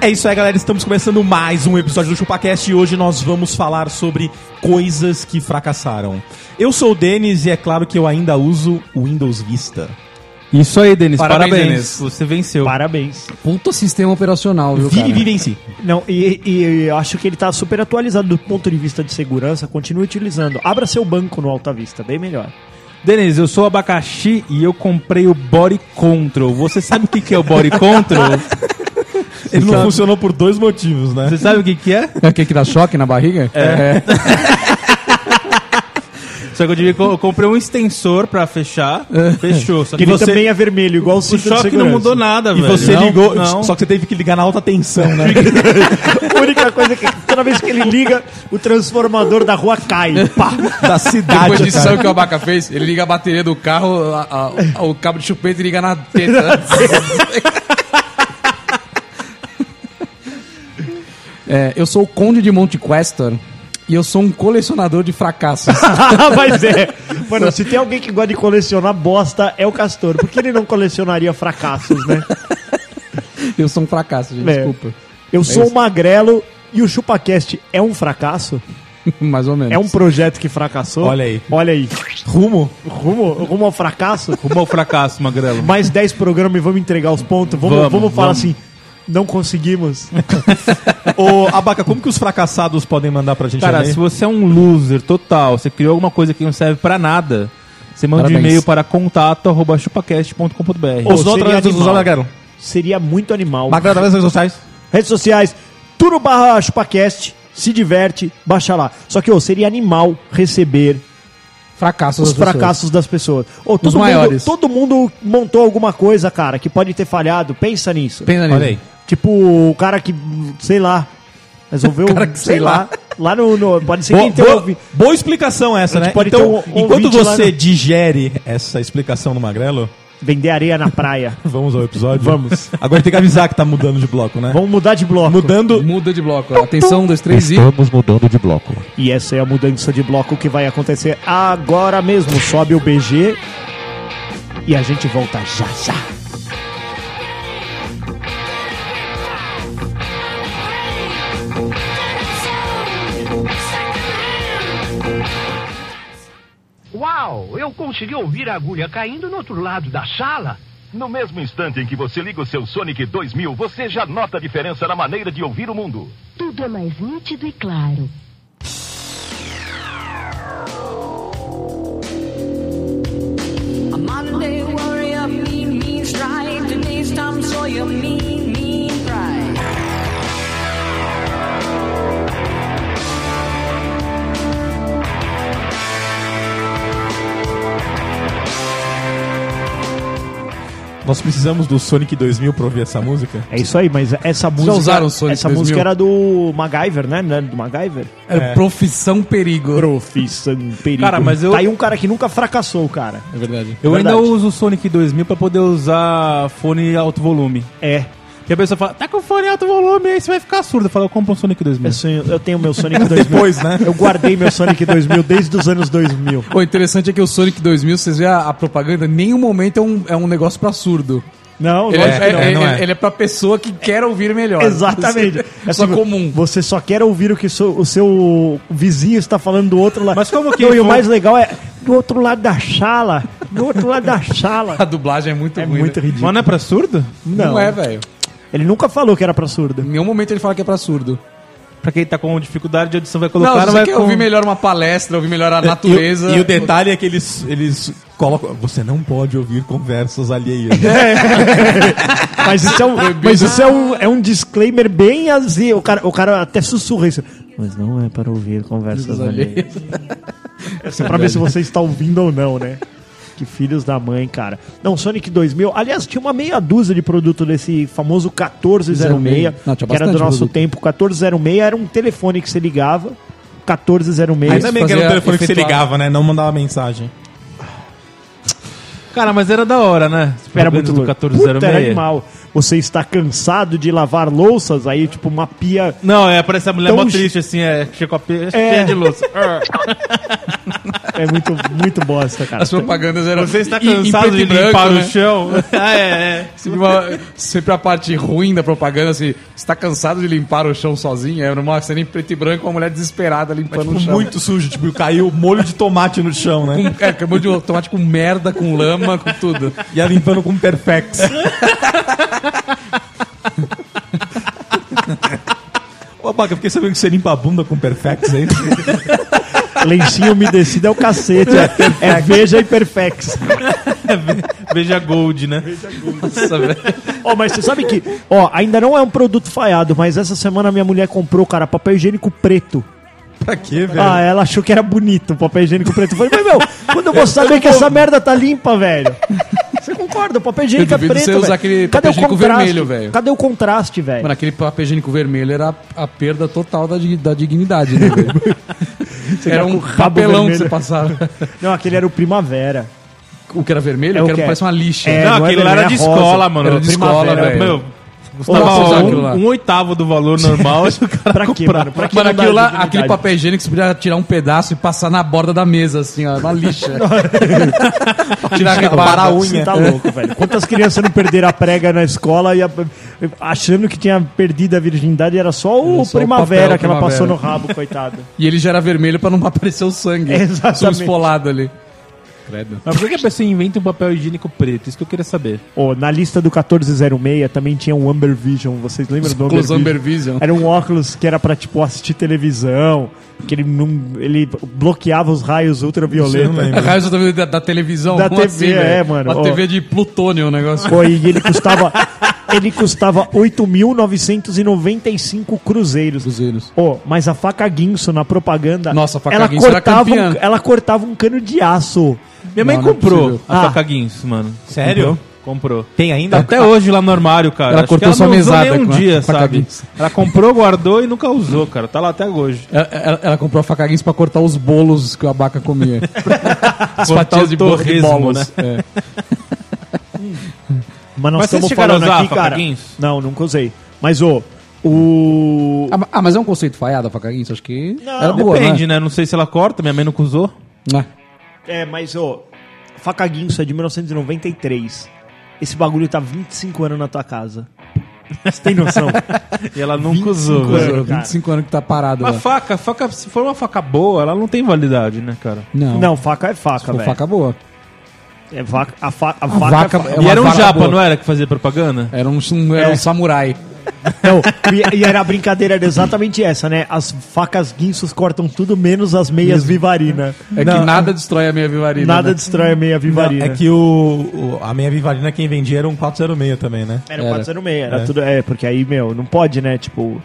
É isso aí, galera. Estamos começando mais um episódio do ChupaCast e hoje nós vamos falar sobre coisas que fracassaram. Eu sou o Denis e é claro que eu ainda uso o Windows Vista. Isso aí, Denis. Parabéns, Parabéns. Denis. Você venceu. Parabéns. Puta sistema operacional, viu, Vire e cara? vive em si. Não, e, e eu acho que ele tá super atualizado do ponto de vista de segurança. Continue utilizando. Abra seu banco no Alta Vista, bem melhor. Denis, eu sou abacaxi e eu comprei o Body Control. Você sabe o que, que é o Body Control? Ele não funcionou por dois motivos, né? Então- Você sabe o que, que é? É aquele que dá choque na barriga? É. Só que eu, devia, co- eu comprei um extensor pra fechar. É. Fechou. Só que, Que ele você. também é vermelho, igual o O cinto de choque não segurança. mudou nada, Tipo E velho. você Não, ligou, Não. só que você teve que ligar na alta tensão, né? A única coisa que toda vez que ele liga, o transformador da rua cai. Pá. da cidade, Depois disso, cara. sabe o que o Abaca fez? Ele liga a bateria do carro, a- a- o cabo de chupeta e liga na teta. né? É, eu sou o Conde de Monte Questor e eu sou um colecionador de fracassos. Mas é. Mano, se tem alguém que gosta de colecionar bosta, é o Castor. Por que ele não colecionaria fracassos, né? Eu sou um fracasso, gente, É. desculpa. Eu sou um magrelo e o ChupaCast é um fracasso? Mais ou menos. É um projeto que fracassou? Olha aí. Olha aí. Rumo? Rumo, rumo ao fracasso? Rumo ao fracasso, Magrelo. mais 10 programas e vamos entregar os pontos. Vamos, Vamos, vamos, falar vamos. assim, não conseguimos. Ô, Abaca, como que os fracassados podem mandar pra gente Cara, e-mail? se você é um loser total, você criou alguma coisa que não serve pra nada, você manda um Parabéns. e-mail para contato.chupacast.com.br. Os Ô, outros seria redes sociais, animal. Magrelo. Seria muito animal. Magrelo, através das redes sociais. Redes sociais, tudo barra chupacast, se diverte, baixa lá. Só que, ô, seria animal receber os Fracassos. das pessoas. fracassos das pessoas. Ô, todo, Os mundo, maiores. todo mundo montou alguma coisa, cara, que pode ter falhado. Pensa nisso. Pensa nisso. Olha aí. Tipo, o cara que, sei lá, resolveu, Cara que sei, sei lá. Lá no, no- Pode ser Boa, quem tem boa- ouvi- boa explicação essa, A gente né? pode Então, ter um enquanto ouvinte lá você no- digere essa explicação do Magrelo, Vender areia na praia. vamos ao episódio. Vamos. Agora tem que avisar que tá mudando de bloco, né? Vamos mudar de bloco. Mudando. Muda de bloco. ó. Atenção, um, dois, três e... Estamos mudando de bloco. E essa é a mudança de bloco que vai acontecer agora mesmo. Sobe o BG e a gente volta já já. Uau! Eu consegui ouvir a agulha caindo no outro lado da sala. No mesmo instante em que você liga o seu Sonic 2000, você já nota a diferença na maneira de ouvir o mundo. Tudo é mais nítido e claro. A modern day warrior, mean, mean strike. Today's Tom Sawyer, mean, mean pride. Nós precisamos do Sonic 2000 pra ouvir essa música. É isso aí, mas essa música. usaram o Sonic essa 2000? música era do MacGyver, né? Não era Do MacGyver? É. Profissão perigo. Profissão perigo. Cara, mas eu- Tá aí um cara que nunca fracassou, cara. É verdade. Eu Verdade. ainda uso o Sonic 2000 pra poder usar fone alto volume. É. Que a pessoa fala, tá com fone alto volume, aí você vai ficar surdo. Eu falo, eu compro um Sonic 2000. Hum. Eu, sonho- eu tenho meu Sonic 2000. Depois, né? Eu guardei meu Sonic 2000 desde os anos 2000. O interessante é que o Sonic 2000, vocês veem a, a propaganda, em nenhum momento é um, é um negócio pra surdo. Não, Ele lógico é, que não. é- não é. ele- ele é pra pessoa que quer ouvir melhor. Exatamente. É só assim, comum. Você só quer ouvir o que so- o seu vizinho está falando do outro lado. Mas como que Não, e o foi- mais legal é do outro lado da sala. Do outro lado da sala. A dublagem é muito É ruim. muito né? ridículo. Mas não é pra surdo? Não, Não, é, velho. ele nunca falou que era pra surda. Em nenhum momento ele fala que é pra surdo. Pra quem tá com dificuldade de audição, vai Não, colocar. se você vai quer com- ouvir melhor uma palestra, ouvir melhor a E o- natureza. E, o detalhe é que eles, eles colocam. Você não pode ouvir conversas alheias. Mas isso é um, mas isso é um, é um disclaimer bem assim. O cara, o cara até sussurra isso. Mas não é para ouvir conversas alheias. Isso é pra ver se você está ouvindo ou não, né? Que filhos da mãe, cara. Não, Sonic 2000. Aliás, tinha uma meia dúzia de produto desse famoso 1406, Não, tinha que era do bastante nosso produto. tempo. 1406 era um telefone que você ligava. 1406. Aí Ainda bem que era o Fazia telefone que você efetuar. ligava, né? Não mandava mensagem. Cara, mas era da hora, né? Esse Era programa muito do louco. 1406. Puta, era animal. Você está cansado de lavar louças, aí tipo uma pia... Não, é, parece a mulher Tão mó chi- triste, assim, é, chega com a pe- É. cheia de louça. É muito, muito bosta, cara. As propagandas eram. Você está em- em cansado preto de e branco, limpar né? o chão? ah, é, é. Sempre, uma- sempre a parte ruim da propaganda, assim, você tá cansado de limpar o chão sozinho? É, Era uma cena em preto e branco, uma mulher desesperada limpando Tipo, o chão. muito sujo, tipo, caiu molho de tomate no chão, né? Com, é, acabou de tomate com merda, com lama, com tudo. E ela limpando com Perfex. Ô, Baca, eu fiquei sabendo que você limpa a bunda com Perfex aí. Lencinho umedecido é o cacete. É, é veja e perfex. Veja Gold, né? Nossa, velho. Ó, mas você sabe que, ó, ainda não é um produto falhado, mas essa semana minha mulher comprou, cara, papel higiênico preto. pra quê, É. velho? Ah, ela achou que era bonito o papel higiênico preto. Eu falei, mas meu, quando eu vou saber que essa merda tá limpa, velho? Você concorda? O papel higiênico é duvido preto. você usar velho. aquele Cadê papel o higiênico contraste? vermelho, velho? Cadê o contraste, velho? Mano, aquele papel higiênico vermelho era a, a perda total da, di- da dignidade, né, velho? era com o um rabo papelão que vermelho. você passava. Não, aquele era o primavera. O que era vermelho? É o o que era, que é. parece uma lixa. É, não, não aquele lá era vermelho, de é rosa. escola, mano. Era de escola, velho. Meu, Ô, tava você usa um, aquilo lá? um oitavo do valor normal, acho que o cara Pra quê, mano? Pra que Mano, não dá aquilo lá, dignidade? aquele papel higiênico você podia tirar um pedaço e passar na borda da mesa, assim, ó, uma lixa. tirar a Para a rebarbada. unha. Você tá louco, velho. Quantas crianças não perderam a prega na escola e a- achando que tinha perdido a virgindade era só o Era só o primavera papel que ela primavera. passou no rabo, coitado. E ele já era vermelho pra não aparecer o sangue. Exatamente. Tudo espolado ali. Mas por que a pessoa inventa um papel higiênico preto? Isso que eu queria saber. Ó, na lista do 1406 também tinha um Amber Vision. Vocês lembram do Amber Os Vision? Amber Vision. Era um óculos que era pra, tipo, assistir televisão, que ele, não, ele bloqueava os raios Você não ultravioleta. A lembra. raios da, da, da televisão. Da como assim, TV, é, velho? mano, Uma ó. TV de plutônio o negócio. Pô, e ele custava. ele custava 8.995 cruzeiros. Cruzeiros. Ô, mas a faca Guinso na propaganda. Nossa, a faca ela Guinso era cortava um, campeã. Ela cortava um cano de aço. Minha mãe Não, não é comprou possível. a Ah. Toca Guins, mano. Sério? Comprou. comprou. Tem ainda? Até hoje lá no armário, cara. Ela cortou sua não usou mesada nem um com a- dia, com a Toca sabe? Guins. Ela comprou, guardou e nunca usou, cara. Tá lá até hoje. Ela, ela- ela comprou a faca Guins pra cortar os bolos que a vaca comia. As Cortar fatias o de, bo de torresmo, bolos. É. Mas nós Mas vocês estamos chegaram a falando usar aqui, a faca cara. Guinso? Não, nunca usei. Mas, ô, o. Ah, ma- Ah, mas é um conceito falhado a faca Guins? Acho que era Tá boa, Depende, né? Não sei se ela corta, minha mãe nunca usou. né? né? É, mas, ô, a faca Guinso é de 1993. Esse bagulho tá 25 anos na tua casa. Você tem noção? E ela nunca usou, anos. velho. Coisa, cara. 25 anos que tá parado lá. Uma faca, faca, se for uma faca boa, ela não tem validade, né, cara? Não, Não, faca é faca, Pô, velho. faca boa. É vaca, a, fa a, A vaca. vaca é é fa- uma e era um vaca japa, boa. não era que fazia propaganda? Era um, um- era um É. samurai. Não, e, e era a brincadeira, era exatamente essa, né? As facas guinços cortam tudo menos as meias vivarina. É que nada destrói a minha vivarina. Nada né? destrói a meia vivarina. É que o, o- a minha vivarina quem vendia era um 406 também, né? Era Era. 406, era tudo. É, porque aí, meu, não pode, né? Tipo,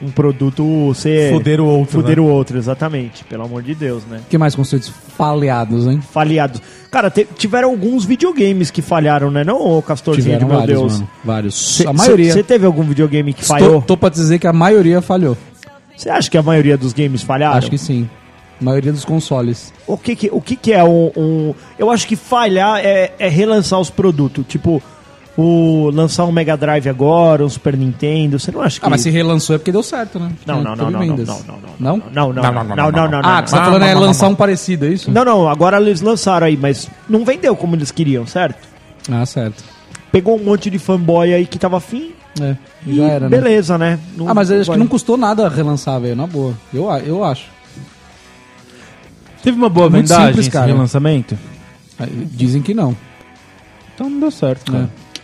um produto ser. Foder o outro, Foder né? É. o outro, exatamente. Pelo amor de Deus, né? que mais conceitos falhados, hein? Falhados. Cara, te- tiveram alguns videogames que falharam, né? Não, ô Castorzinho, Tiveram meu vários, Deus. mano. Vários. Cê- a maioria. cê- Você teve algum videogame que tô, falhou? tô pra dizer que a maioria falhou. Você acha que a maioria dos games falharam? Acho que sim. A maioria dos consoles. O que que, o que, que é um, um- Eu acho que falhar é, é relançar os produtos. Tipo, o lançar um Mega Drive agora, um Super Nintendo. Você não acha que. Ah, mas se relançou é porque deu certo, né? Não, não, não, não, Teve não, vendas. não, não, Não? não, não, não, não, não, não, não. Ah, o não. que você tá falando é lançar um parecido, é isso? Não, não, agora eles lançaram aí, mas não vendeu como eles queriam, certo? Ah, certo. Pegou um monte de fanboy aí que tava afim É, e já era, né? beleza, né? Não- Ah, mas eu acho que vai. não custou nada relançar, velho, na boa. Eu, a- eu acho. Teve uma boa Muito vendagem simples, cara. esse lançamento? Ah, Dizem que não. Então não deu certo, cara. é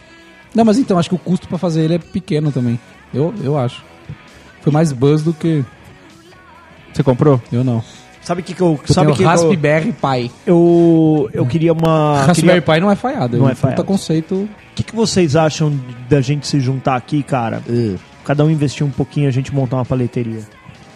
Não, mas então, acho que o custo pra fazer ele é pequeno também. Eu, eu acho. Foi Foi mais buzz do que. Você comprou? Eu não. Sabe o que, que eu. Eu Sabe tenho que eu, Raspberry Pi. eu. Eu queria uma. Raspberry queria- Pi não é falhado. Não ele é falhado. Puta conceito. O que, que vocês acham da gente se juntar aqui, cara? É. Cada um investir um pouquinho e a gente montar uma paleteria.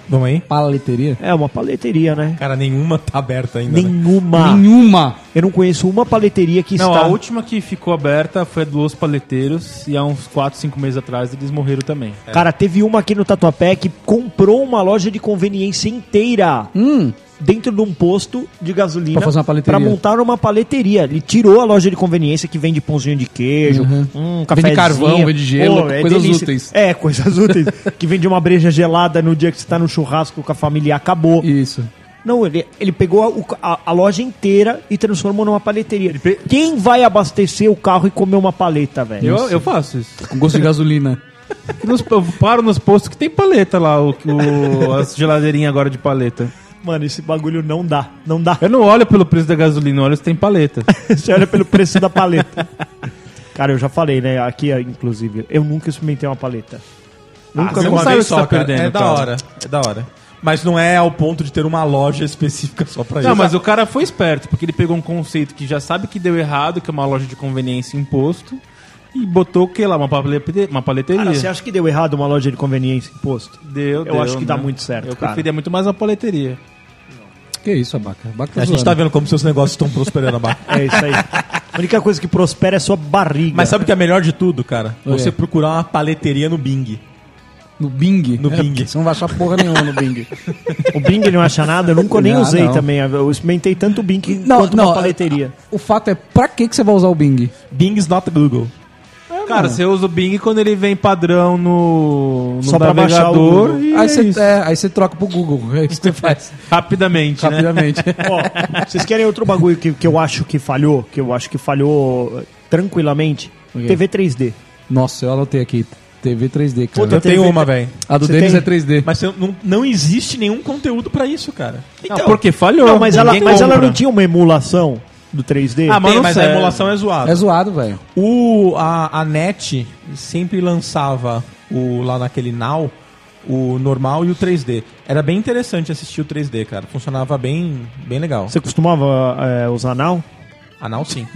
Vamos aí? Paleteria? É, uma paleteria, né? Cara, nenhuma tá aberta ainda. né? Nenhuma. Nenhuma. Eu não conheço uma paleteria que Não, está. a última que ficou aberta foi a dos paleteiros e há uns 4, 5 meses atrás eles morreram também. É. Cara, teve uma aqui no Tatuapé que comprou uma loja de conveniência inteira Hum. dentro de um posto de gasolina Pra fazer uma paleteria. pra montar uma paleteria. Ele tirou a loja de conveniência que vende pãozinho de queijo, um cafezinho. Uhum. carvão, vende gelo, coisas delícia. úteis. É, coisas úteis. que vende uma breja gelada no dia que você tá no churrasco com a família e acabou. Isso. Não, ele, ele pegou a, o ca- a- a loja inteira e transformou numa paleteria. Quem vai abastecer o carro e comer uma paleta, velho? Eu, eu faço isso. Com gosto de gasolina. Nos- eu paro nos postos que tem paleta lá, o, o- as geladeirinhas agora de paleta. Mano, esse bagulho não dá. Não dá. Eu não olho pelo preço da gasolina, eu olho se tem paleta. Você olha pelo preço da paleta. Cara, eu já falei, né? Aqui, inclusive, eu nunca experimentei uma paleta. Nunca você não uma sabe vez o que tá cara. perdendo, É da cara. hora, é da hora. Mas não é ao ponto de ter uma loja específica só pra Não, isso. mas o cara foi esperto, porque ele pegou um conceito que já sabe que deu errado, que é uma loja de conveniência imposto, e botou o que lá? Uma, palete, uma paleteria. Cara, você acha que deu errado uma loja de conveniência em posto? Deu, Eu deu, né? acho que dá muito certo, Eu cara. preferia muito mais uma paleteria. Que isso, abaca. abaca A gente tá vendo como seus negócios estão prosperando abaixo. É isso aí. A única coisa que prospera é sua barriga. Mas sabe o que é melhor de tudo, cara? Oi, Você é. procurar uma paleteria no Bing. No Bing? No Bing. porque Você não vai achar porra nenhuma no Bing. O Bing não acha nada, eu nunca nem Ah, usei não. também. Eu experimentei tanto o Bing quanto uma paleteria. é, O fato é, pra que, que você vai usar o Bing? Bing's not Google. Cara, você usa o Bing quando ele vem padrão no, no Só pra baixar o navegador Google. e aí, é você, isso. é, aí você troca pro Google. É isso que você faz. rapidamente, né? Rapidamente. Ó, vocês querem outro bagulho que, que eu acho que falhou? Que eu acho que falhou eh, tranquilamente? quê? TV 3D. Nossa, eu anotei aqui. TV 3D, cara. Eu tenho uma, velho. A do Você Denis tem? é 3D. Mas você não, não existe nenhum conteúdo pra isso, cara. Então, Então, Não, porque falhou. Não, mas ela, Ninguém mas ela compra. não tinha uma emulação do 3D? Ah, mas Tem, não mas a serve. emulação é zoada. É zoado, velho. O, a, a NET sempre lançava o, lá naquele Now o normal e o 3D. Era bem interessante assistir o 3D, cara. Funcionava bem, bem legal. Você costumava eh, usar anal? A Now sim.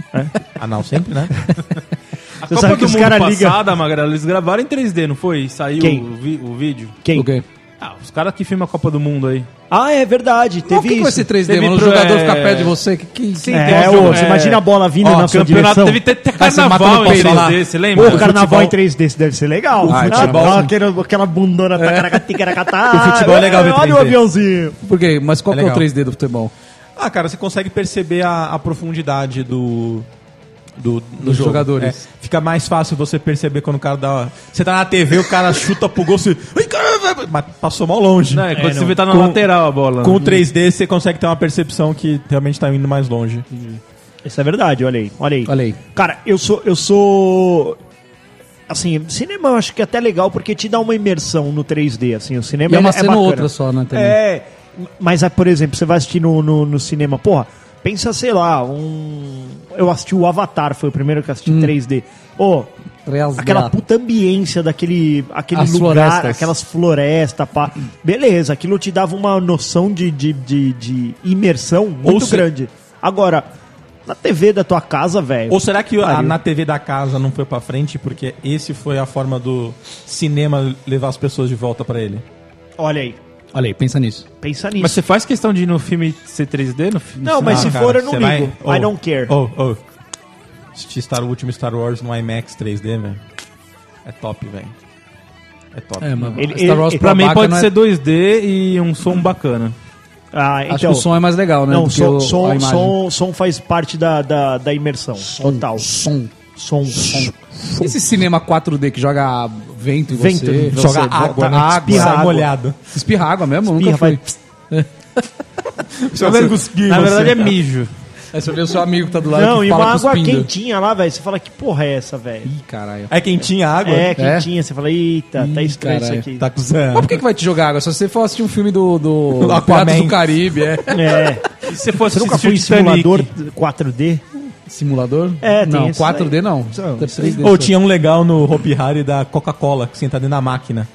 A Now sempre, né? É? A Você Copa sabe do que os Mundo cara liga- passada, Magrela, eles gravaram em 3D, não foi? E Saiu Quem? O, vi- o vídeo. Quem? O quê? Ah, os caras que filmam a Copa do Mundo aí. Ah, é verdade, Não, o que, teve que vai isso. ser 3D, Teve mano? O pro- jogador é- ficar perto de você? Que, que... Sim, É, ô, você imagina a bola vindo na sua campeonato direção. teve até- até Ah, você mata carnaval no em pau, 3D, você Pô, lembra? o carnaval em 3D, isso deve ser legal. Ah, Dá- futebol, É. dá sim. aquela, aquela bundona tacaraca, ticaracatá. O futebol é legal ver Olha o 3D. aviãozinho. Por quê? Mas qual É que é o legal. 3D do futebol? ah, cara, você consegue perceber a, a profundidade do. Do, do Dos jogo. jogadores. É, fica mais fácil você perceber quando o cara dá. Você tá na TV, o cara chuta pro gol, você. Ai, caramba! Mas passou mal longe. Não, é, quando É, você não. vê tá na Com- lateral a bola. né? Com o 3D você consegue ter uma percepção que realmente tá indo mais longe. Isso é verdade, olha aí, olha aí. Olha aí. Cara, eu sou. Eu sou. Assim, cinema eu acho que é até legal porque te dá uma imersão no 3D, assim, o E cinema é uma ele cena bacana. ou outra só, né? também. É, mas ah, por exemplo, você vai assistir no, no, no cinema, porra, pensa, sei lá, um. Eu assisti o Avatar, foi o primeiro que eu assisti 3D. Ô, 3D. aquela puta ambiência daquele aquele As lugar, florestas. aquelas florestas, pá. Beleza, aquilo te dava uma noção de, de, de, de imersão muito se- grande. Agora, na TV da tua casa, velho. Ou será que a- Pariu. na TV da casa não foi pra frente porque esse foi a forma do cinema levar as pessoas de volta pra ele? Olha aí, Olha aí, pensa nisso. pensa nisso. Mas você faz questão de ir no filme ser 3D? No fi- no Não, cinema? mas se for, eu não Ah, você ligo. vai- I don't care. Oh, oh. Assistir Star, o último Star Wars no IMAX 3D, velho. É top, velho. É top. É, mas Ele- Star Wars ele- Pra mim babaca pode não é- ser 2D e um som bacana. Ah, Acho que o som é mais legal, né? Não, do que som, o- a som, imagem. som, som faz parte da, da, da imersão. Total. Som. Som. Esse cinema 4D que joga vento em Vento, você, joga você Joga água, bota né? água, Espirra água. molhado. espirra água mesmo? Espirra, Nunca fui. vai- Na verdade- Na verdade é mijo. Aí você vê o seu amigo que tá do lado Não, que e uma fala água cuspindo. quentinha lá, velho. Você fala, que porra é essa, velho? Ih, caralho. É quentinha a água? É, quentinha. Você fala, eita, tá Ih, estranho caralho. isso aqui. Tá com Mas por que, que vai te jogar água? Só Se você for assistir um filme do, do Do Aquaman. Piratas do Caribe, é. É. E se fosse Você nunca assistir foi em o Titanic? simulador 4D? Simulador? É, tem Não, isso 4D não. 3D. Ou tinha um legal no Hopi Hari da Coca-Cola, que senta dentro da máquina.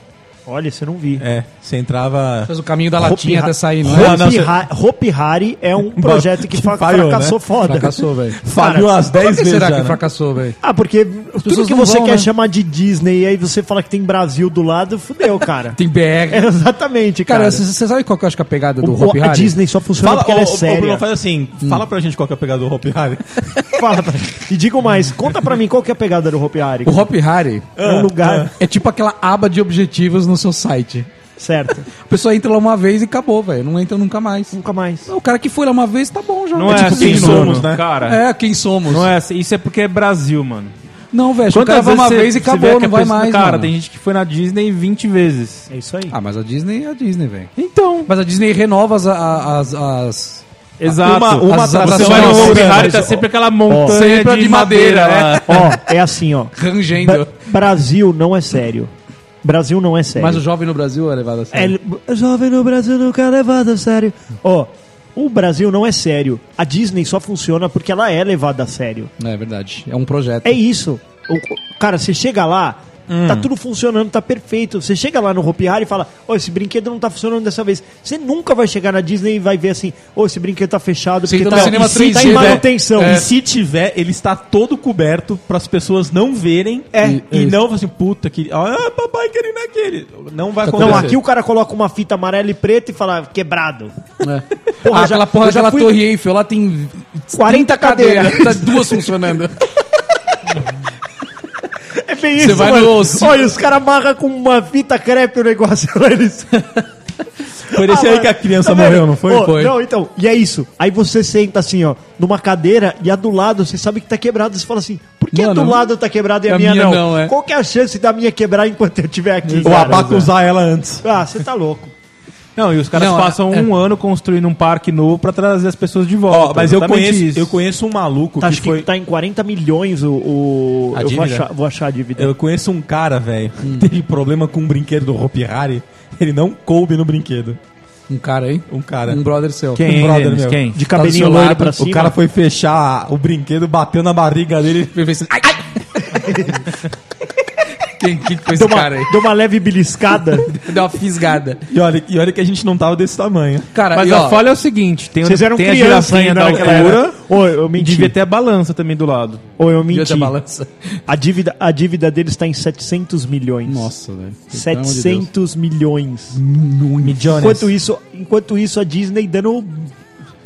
Olha, você não vi. É, você entrava. Faz o caminho da Hopi latinha Ha- até sair, não é? Não, não, Hopi você- Ha- Hopi Hari é um projeto que, Que fa- falhou, fracassou né? foda. Fracassou, velho. Falhou Cara, umas Por que 10 vezes. será já, que né? fracassou, velho? Ah, porque tudo pessoas que não você vão, quer né? chamar de Disney e aí você fala que tem Brasil do lado, fudeu, cara. Tem BR. É, exatamente, cara. Cara, você você sabe qual que eu acho que é a pegada do o, Hopi o, a Hari? Disney só funciona Fala, porque ô, ela é ô, ô, Bruno, séria. faz assim, fala pra gente qual que é a pegada do Hopi Hari. Fala pra- E digo mais, conta pra mim qual que é a pegada do Hopi Hari. O Hopi Hari Ah, É um lugar, é tipo aquela aba de objetivos no seu site. certo. A pessoa entra lá uma vez e acabou, velho. Não entra nunca mais. Nunca mais. O cara que foi lá uma vez tá bom já. Não é, velho. tipo assim, quem mano. somos, né? Cara, É, quem somos? não é assim. Isso é porque é Brasil, mano. Não, É, velho. acho que O cara vai uma cê- vez e cê vê acabou, que a não vai pessoa- mais. Cara, mano. tem gente que foi na Disney 20 vezes. É isso aí. Ah, mas a Disney é a Disney, velho. Então, Mas a Disney renova as. a- as, as... exato. Uma, uma As atração atrações- Você vai é no Nossa, Hopi cara, Hari, tá mas- sempre aquela montanha Sempre a de, madeira, né? Ó, é assim, ó. Rangendo. Ba- Brasil não é sério. Brasil não é sério. Mas o jovem no Brasil é levado a É, sério. ele- jovem no Brasil nunca é levado a sério. Ó, o Brasil não é sério. A Disney só funciona porque ela é levada a sério. É, verdade. É um projeto. É isso. O- o- cara, você chega lá, Hum. tá tudo funcionando, tá perfeito. Você chega lá no Hopi Hari e fala, ó, esse brinquedo não tá funcionando dessa vez. Você nunca vai chegar na Disney e vai ver assim, ô, esse brinquedo tá fechado Você porque entra tá, no cinema e se tá 3D, em né? manutenção. É. E se tiver, ele está todo coberto para as pessoas não verem e, e É, isso. não falar assim, puta que. Ah, papai querendo aquele. Não Tá vai acontecer. Não, aqui o cara coloca uma fita amarela e preta e fala, quebrado. É. Porra, Ah, já- aquela porra eu já daquela fui- torre Eiffel lá tem 40 cadeiras. cadeiras, Tá duas funcionando. É bem Você isso, vai mano. no osso. Olha, os caras amarram com uma fita crepe o negócio. Eles... Foi desse Ah, aí mas- que a criança tá vendo? morreu, não foi? Ô, Foi. Não, então, e é isso. Aí você senta assim, ó, numa cadeira e a do lado você sabe que tá quebrada. Você fala assim, por que a Mano, do lado tá quebrada e a, minha, não? é. Qual que é a chance da minha quebrar enquanto eu estiver aqui? Ou cara? abaca usar ela antes. Ah, você tá louco. Não, e os caras Não, passam é- um ano construindo um parque novo pra trazer as pessoas de volta. Ó, mas eu Exatamente conheço, isso. eu conheço um maluco Tá, que acho foi. que tá em 40 milhões o... o- A eu vou dívida? achar, vou achar a dívida. Eu conheço um cara, velho, Hum. que teve problema com um brinquedo do Hopi Hari. Ele não coube no brinquedo. Um cara, hein? Um cara. Um brother seu. Quem, é hein, Denis? Quem? De Tá do cabelinho seu loiro lado, pra o cima. o cara foi fechar o brinquedo, bateu na barriga dele. é Vem ver se- Ai, ai! Quem, quem que foi Deu esse uma, cara aí? deu uma leve beliscada. Deu uma fisgada. E olha, e olha que a gente não tava desse tamanho. Cara, Mas e, ó, a falha é o seguinte, tem, Vocês eram tem a criança girafinha ainda da naquela era. altura Ô, eu e menti. devia ter a balança também do lado. Ou eu viu essa menti. balança. A dívida, a dívida deles está em 700 milhões. velho. 700 milhões. Milhões. Enquanto isso, enquanto isso, a Disney dando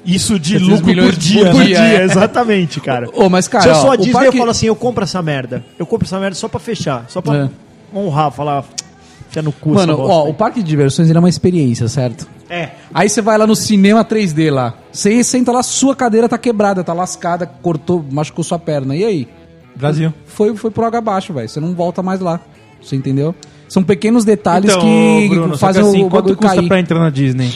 Isso de 700 lucro por milhões dia, por né? por dia, dia, é. exatamente, cara. Ô, mas, cara, Se eu ó, sou a o Disney, eu parque- falo assim, eu compro essa merda. Eu compro essa merda só pra fechar, só pra É. honrar, falar, fica no cu Mano, essa ó, bosta o parque de diversões ele é uma experiência, certo? aí. É, Aí você vai lá no cinema 3D lá. Você senta lá, sua cadeira tá quebrada, tá lascada, cortou, machucou sua perna. E aí? Brasil. Foi, foi pro água abaixo, velho. Você não volta mais lá. Você entendeu? São pequenos detalhes que Então, Bruno, só que fazem assim, o quanto bagulho custa cair. pra entrar na Disney?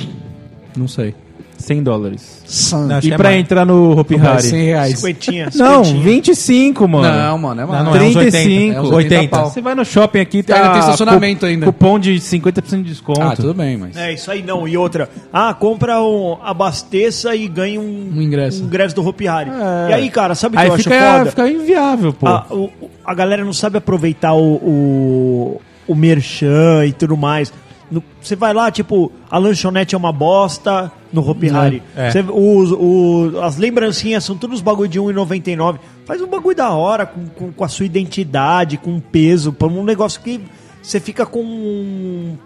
Não sei. 100 dólares. Não, acho E que é pra mais. entrar no Hopi Cara, Hari? 100 reais. cinquentinha, Não, cinquentinha. 25, mano. Não, mano, é Não, mais. não, é uns 35, 80. 80. pau. Você vai no shopping aqui, Ainda ah, tem estacionamento ainda. Cupom de 50% de desconto. Ah, tudo bem, mas. É, isso aí não. E outra, ah, compra um, abasteça e ganha um, Um ingresso. um ingresso do Hopi Hari. E aí, cara, sabe o que É. Aí eu acho fica, foda? fica inviável, pô. Ah. A, o- o- a galera não sabe aproveitar o, o, o merchan e tudo mais. No- Você vai lá, tipo, a lanchonete é uma bosta no Hopi Hari. é. Você- os- o- as lembrancinhas são todos os bagulho de R$1,99. Faz um bagulho da hora, com, com, com a sua identidade, com peso, pra um negócio que você fica com. um,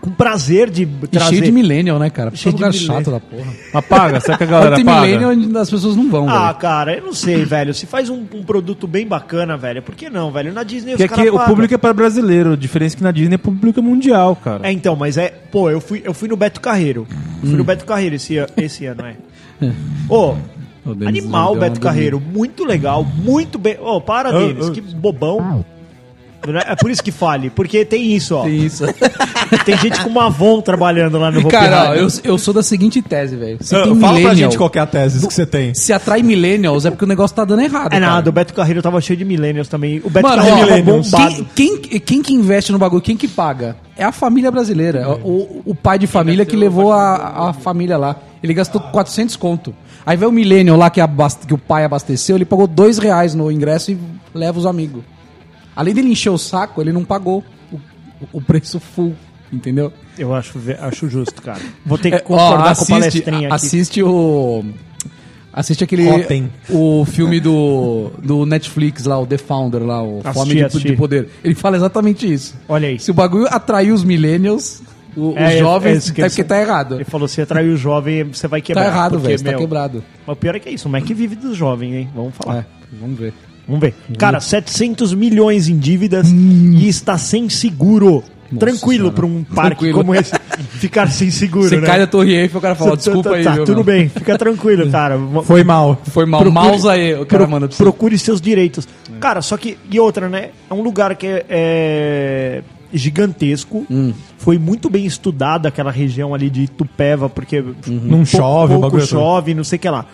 com prazer de E trazer. cheio de millennial, né, cara? Cheio Cheio de de lugar millennial. chato da porra. Mas paga, sabe que a Quando galera tem millennial, paga? onde as pessoas não vão, Ah, velho. cara, eu não sei, velho. Se faz um, um produto bem bacana, velho, por que não, velho? Na Disney Porque aqui o pagam. público é pra brasileiro, a diferença é que na Disney é público mundial, cara. É, então, mas é. Pô, eu fui, eu fui no Beto Carreiro. Fui no Beto Carreiro esse, an- esse ano, é. Ô, O Denis animal deu uma Beto Carreiro. Muito legal, muito bem. Ô, para, Denis, que bobão. É por isso que fale, porque tem isso, ó. Tem Tem, Isso. gente com uma Avon trabalhando lá no Hopi Cara, ó, Hari. eu, eu sou da seguinte tese, velho. Se Ah, tem Fala pra millennial, gente qual que é a tese que você tem. se atrai millennials, é porque o negócio tá dando errado. É nada, cara. o Beto Carreiro tava cheio de millennials também. O Beto Mano, ó, Carreiro tava millennials. bombado. quem, quem, quem que investe no bagulho, quem que paga? É a família brasileira. O, o pai de família que levou É. a, a família lá. Ele gastou 400 conto. Aí vai o millennial lá que, abast- que o pai abasteceu, ele pagou dois reais no ingresso e leva os amigos. Além dele encher o saco, ele não pagou o, o preço full, entendeu? Eu acho, ve- acho justo, cara. Vou ter que É, ó, concordar com o assiste, palestrinha a- aqui. Assiste o. Assiste aquele. Cotem. O filme do, do Netflix lá, o The Founder lá, o Assisti, Fome de- de, assisti. Poder. Ele fala exatamente isso. Olha aí. Se o bagulho atraiu os millennials, o- os É, é- é jovens, isso é, que eu porque tá errado. Ele falou, se atrair o jovem, você vai Tá quebrar. errado, porque, velho. Você tá meu, quebrado. Mas o pior é que é isso, o Mac vive dos jovens, hein? Vamos falar. É, Hum. vamos ver. Vamos ver. Cara, 700 milhões em dívidas e está sem seguro. Tranquilo Hum. Senhora. para um parque Tranquilo. como esse ficar sem seguro, Você né? cai da Torre Eiffel, o cara fala, Tá, desculpa tá, aí, tá, viu, tudo meu? bem, fica tranquilo, cara. Foi mal. Foi mal. Procure- Mouse aí, o cara Pro- manda pra você. procure seus direitos. Cara, só que. E outra, né? É um lugar que é, é gigantesco. Hum. Foi muito bem estudada aquela região ali de Itupeva, porque Uhum. Não chove, o pouco bagulho é todo. chove, não sei o que lá.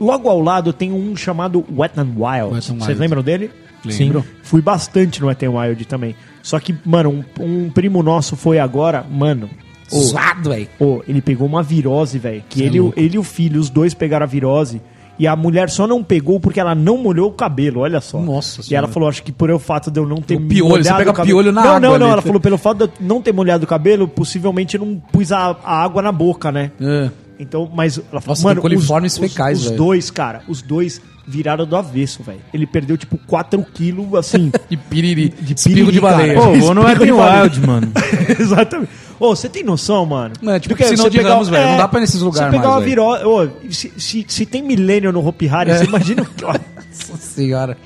Logo ao lado tem um chamado Wet n Wild. Wet n Vocês Wild. lembram dele? Sim. Lembram? Fui bastante no Wet n Wild também. Só que, mano, um, um primo nosso foi agora, mano. ô, Zoado, velho. Pô, ele pegou uma virose, velho. é Que ele, ele e o filho, os dois pegaram a virose. E a mulher só não pegou porque ela não molhou o cabelo, olha só. Nossa E ela senhora. falou, acho que por eu fato de eu não ter O piolho, você pega cabelo- piolho na não, Não, água não, ali. ela falou, pelo fato de eu não ter molhado o cabelo, possivelmente eu não pus a, a água na boca, né? É. Então, mas ela falou, Nossa, tem coliformes fecais, os, os velho. dois, cara, os dois viraram do avesso, velho. Ele perdeu tipo 4 quilos, assim. E piriri. De piriri, de cara. baleia. Pô, Pô, vou no Espírito Eden Vale. Wild, mano. Exatamente. Ô, você tem noção, mano? Não, é tipo Do que piscina você de pegar- é, Ramos, velho. Não dá pra ir nesses Você lugares pegar mais, uma virose. Ô, se, se, se tem milênio no Hopi Hari, É. você imagina. o que- ó. Nossa senhora.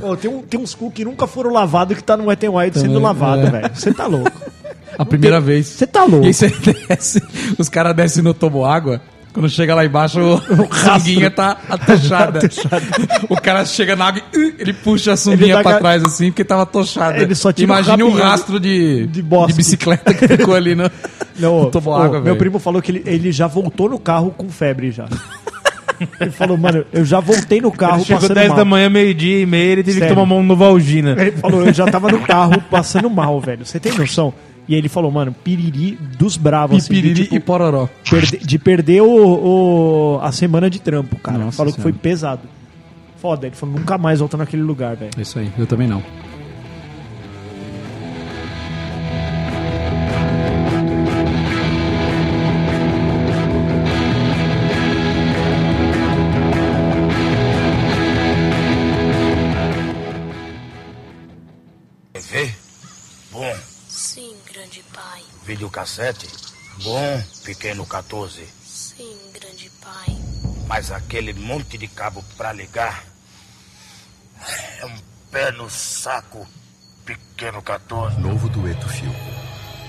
Ô, tem, um, tem uns cu que nunca foram lavados que tá no Wet n Wild sendo Também, lavado, é. velho. Você tá louco. A primeira vez. Você tá louco. E aí você desce, os caras descem no tomo água. Quando chega lá embaixo, o, o sanguinha tá atochada. o cara chega na água e uh, ele puxa a Ele sunguinha dá pra ca- trás assim, porque tava atochada. Ele só tira Imagina um um rapinho rastro de, de bosta. bicicleta que ficou ali no, Não, no ô, tomo ô, água, meu velho. primo falou que ele, ele já voltou no carro com febre já. Ele falou, mano, eu já voltei no carro Ele chegou passando 10 mal. da manhã, meio-dia e meia, ele teve Sério. que tomar uma Novalgina. Ele falou, eu já tava no carro passando mal, velho. Você tem noção? E aí ele falou, mano, piriri dos bravos. assim, de, Piriri tipo, e pororó. Perde- de perder o, o- a semana de trampo, cara. Nossa falou que foi Senhora. pesado. Foda, ele falou, nunca mais volta naquele lugar, velho. É isso aí, eu também não. TV? Bom. Sim, grande pai. Videocassete? Bom. Pequeno 14. Sim, grande pai. Mas aquele monte de cabo pra ligar. É um pé no saco. Pequeno 14. Novo dueto Filco.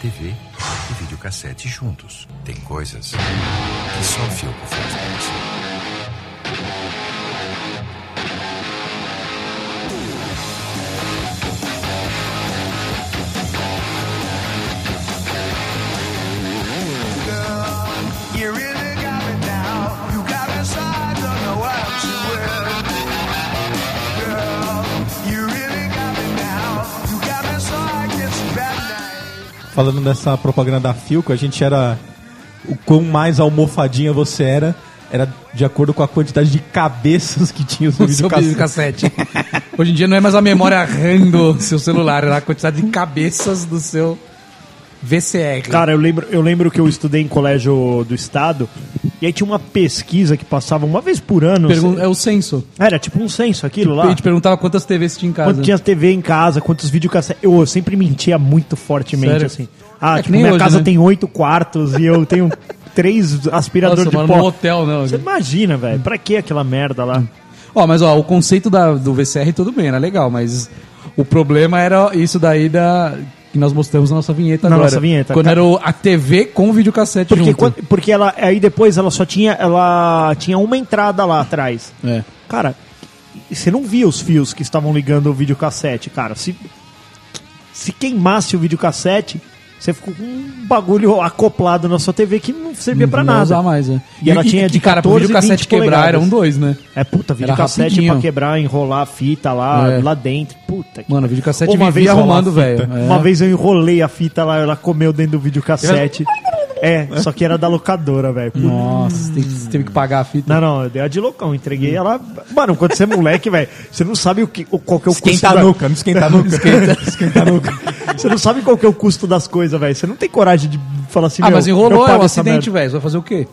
TV e videocassete juntos. Tem coisas que só o Filco faz pra você. Falando dessa propaganda da Filco, a gente era. O quão mais almofadinha você era, era de acordo com a quantidade de cabeças que tinha o seu O seu videocassete. videocassete. Hoje em dia não é mais a memória RAM do seu celular, é a quantidade de cabeças do seu VCR. Cara, eu lembro, eu lembro que eu estudei em colégio do estado, e aí tinha uma pesquisa que passava uma vez por ano. assim. Pergun- é o censo. Era tipo um censo aquilo A lá. gente perguntava quantas TVs tinha em casa. Quanto tinha TV em casa, quantos videocassetes. Eu sempre mentia muito fortemente, Sério? assim. Ah, É que tipo, nem minha hoje, casa né? tem oito quartos e eu tenho três aspiradores Nossa, de mano, pó. no hotel, né, não. Você imagina, velho. Pra que aquela merda lá? Ó, mas ó, o conceito da- do VCR tudo bem, era legal, mas o problema era isso daí da que nós mostramos na nossa vinheta Na agora. nossa vinheta. Quando era o- a TV com o videocassete Porque, junto. quando- porque ela, aí depois ela só tinha, ela tinha uma entrada lá atrás. É. Cara, você não via os fios que estavam ligando o videocassete, cara. Se, se queimasse o videocassete, você ficou com um bagulho acoplado na sua TV que não servia pra Não ia usar nada. mais, né? E ela tinha de cara, pro 14 e videocassete 20 quebrar, polegadas. eram dois, né? É, puta, Era videocassete rapidinho. pra quebrar, enrolar a fita lá, É. lá dentro. Puta que... Mano, o videocassete Uma vivia vez arrumando, velho. É. Uma vez eu enrolei a fita lá, ela comeu dentro do videocassete. É, só que era da locadora, velho. Nossa, tem- você teve que pagar a fita. Não, não, eu dei a de loucão, entreguei ela. Mano, quando você é moleque, velho, você não sabe o que, o- qual que é o custo. Esquenta a da- nuca, não esquenta a nuca. Esquenta a nuca. Você não sabe qual que é o custo das coisas, velho. Você não tem coragem de falar assim, ah, meu, mas eu enrolou, é pago um essa acidente, merda. velho. Você vai fazer o quê?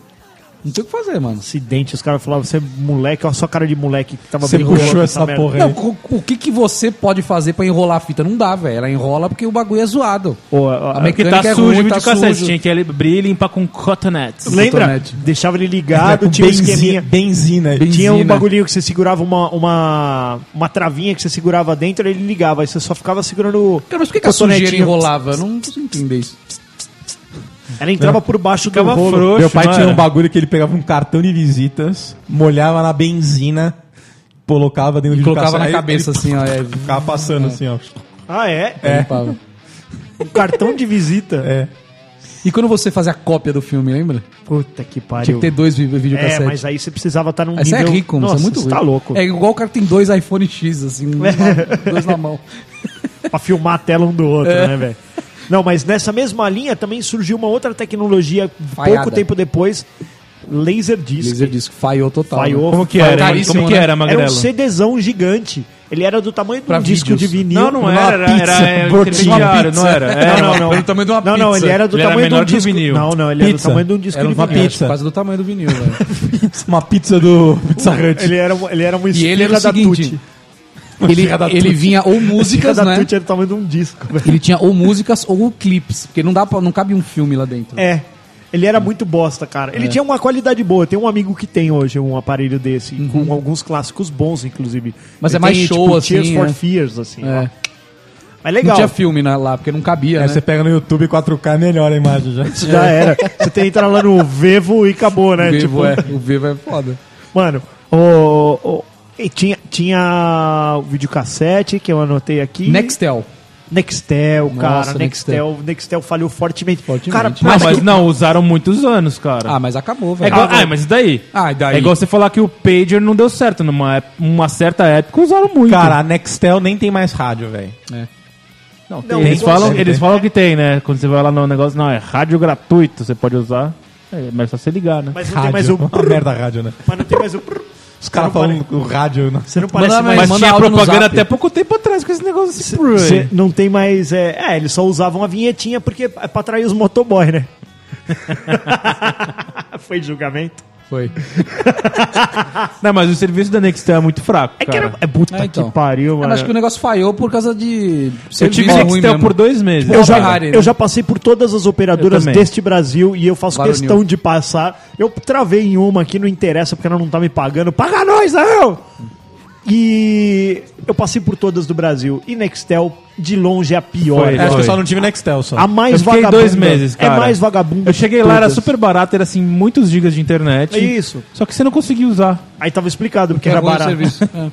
Não tem o que fazer, mano. Acidente, os caras falavam, você é moleque, olha só a cara de moleque que tava Você brincando puxou com essa merda." porra Não, aí. co- o que, que você pode fazer pra enrolar a fita? Não dá, velho. Ela enrola porque o bagulho é zoado. Pô, a- A a- Porque mecânica tá é sujo o ruim, tá videocassete. sujo. Tinha que abrir e limpar com cotonete. Lembra? Cotonete. Deixava ele ligado, é Com tinha um benzi- esqueminha. Benzina. Tinha um Benzina. bagulhinho que você segurava uma, uma, uma travinha que você segurava dentro e ele ligava. Aí você só ficava segurando. Cara, mas por que, que a cotonetinho? sujeira enrolava? Eu não consigo entender isso. Ela É. entrava por baixo do Ficava rolo. frouxo. Meu pai mano. tinha um bagulho que ele pegava um cartão de visitas, molhava na benzina, colocava dentro E do colocava videocassete, na aí cabeça, ele assim, ó. É, Ficava passando assim, ó. Ah, é? limpava. Um cartão de visita. É. E quando você fazia a cópia do filme, lembra? Puta que Tinha que pariu. ter dois vi- videocassete. É, mas aí você precisava estar num Aí você é nível... rico, mano. Nossa, Você é muito rico. tá louco. É igual o cara que tem dois iPhone X, assim, um na- dois na mão. pra filmar a tela um do outro, É. né, velho? Não, mas nessa mesma linha também surgiu uma outra tecnologia Falhada. pouco tempo depois, Laserdisc. Laser disco, falhou total. né? Falhou. Como que era? hein? Caríssimo, Como que né? era, Era um Magrelo? CDzão gigigante. Ele era do tamanho de Pra um disco vídeos. de vinil. Não, não Uma era. Era, pizza, era intermediário, É, não era? Era, Não, não, Era do tamanho de uma Não, não, pizza. ele era do Ele era tamanho de um menor que o disco. vinil. Não, não, ele era do Pizza. tamanho de um disco Era de uma vinil. pizza. pizza. Quase do tamanho do vinil, velho. Uma pizza do Pizza Hut. Ele era, um, ele era uma E ele era esfirra o da seguinte... Tutti. Ele, ele vinha ou Esfirra músicas, da né? Tutti era do tamanho de um disco, velho. Ele tinha ou músicas ou clipes, porque não dá pra, não cabe um filme lá dentro. É. Ele era muito bosta, cara. É. Ele tinha uma qualidade boa. Tem um amigo que tem hoje um aparelho desse, com alguns clássicos bons, inclusive. Uhum. Mas Ele é mais tem, tipo, show, assim, Tears for né? Fears, assim. É. ó. Mas Não legal. tinha filme né, lá, porque não cabia, né? Aí É, você pega no YouTube 4K, é melhor a imagem já. Isso já é era. Você tem que entrar lá no Vevo e acabou, né? o Vivo tipo, é, o Vivo é foda. Mano, o. o- e tinha, tinha o videocassete que eu anotei aqui. Nextel. Nextel, cara. Nossa, Nextel. Nextel. falhou fortemente. Fortemente. Cara, Não, Não, mas que- não, usaram muitos anos, cara. Ah, mas acabou, É velho. igual, ah, mas e daí? Ah, e daí? É igual você falar que o pager não deu certo. Numa ép- uma certa época usaram muito. Cara, a Nextel nem tem mais rádio, velho. Não, tem Não, isso. eles falam, tem. eles falam que tem, né? Quando você vai lá no negócio, não, é rádio gratuito, você pode usar. É, mas só você ligar, né? Mas não tem Rádio. mais o. Uma merda a rádio, né? Mas não tem mais o. Os caras falam o rádio. né? Você não parece Manda- mais. mas manda áudio no zap. pouco tempo atrás com esse negócio assim. bro. Cê não tem mais. É, é, eles só usavam a vinhetinha porque é pra atrair os motoboy, né? Foi julgamento. Foi. Não, mas o serviço da Nextel é muito fraco, É que cara. era. É puta É, então. que pariu, Eu mano. acho que o negócio falhou por causa de. Eu tive Nextel por dois meses. Eu já, Ferrari, né? eu já passei por todas as operadoras Eu também. deste Brasil e eu faço Barulhinho. questão de passar. Eu travei em uma que não interessa porque ela não tá me pagando. Paga nós, não! E eu passei por todas do Brasil. E Nextel, de longe, é a pior. Foi, É, É acho que eu foi. só não tive Nextel, só. A eu mais fiquei vagabunda. dois meses, cara. É mais vagabunda. Eu de cheguei lá, era todas. super barato, era assim, muitos gigas de internet. É isso. Só que você não conseguia usar. Aí tava explicado porque Que era era barato. serviço. É.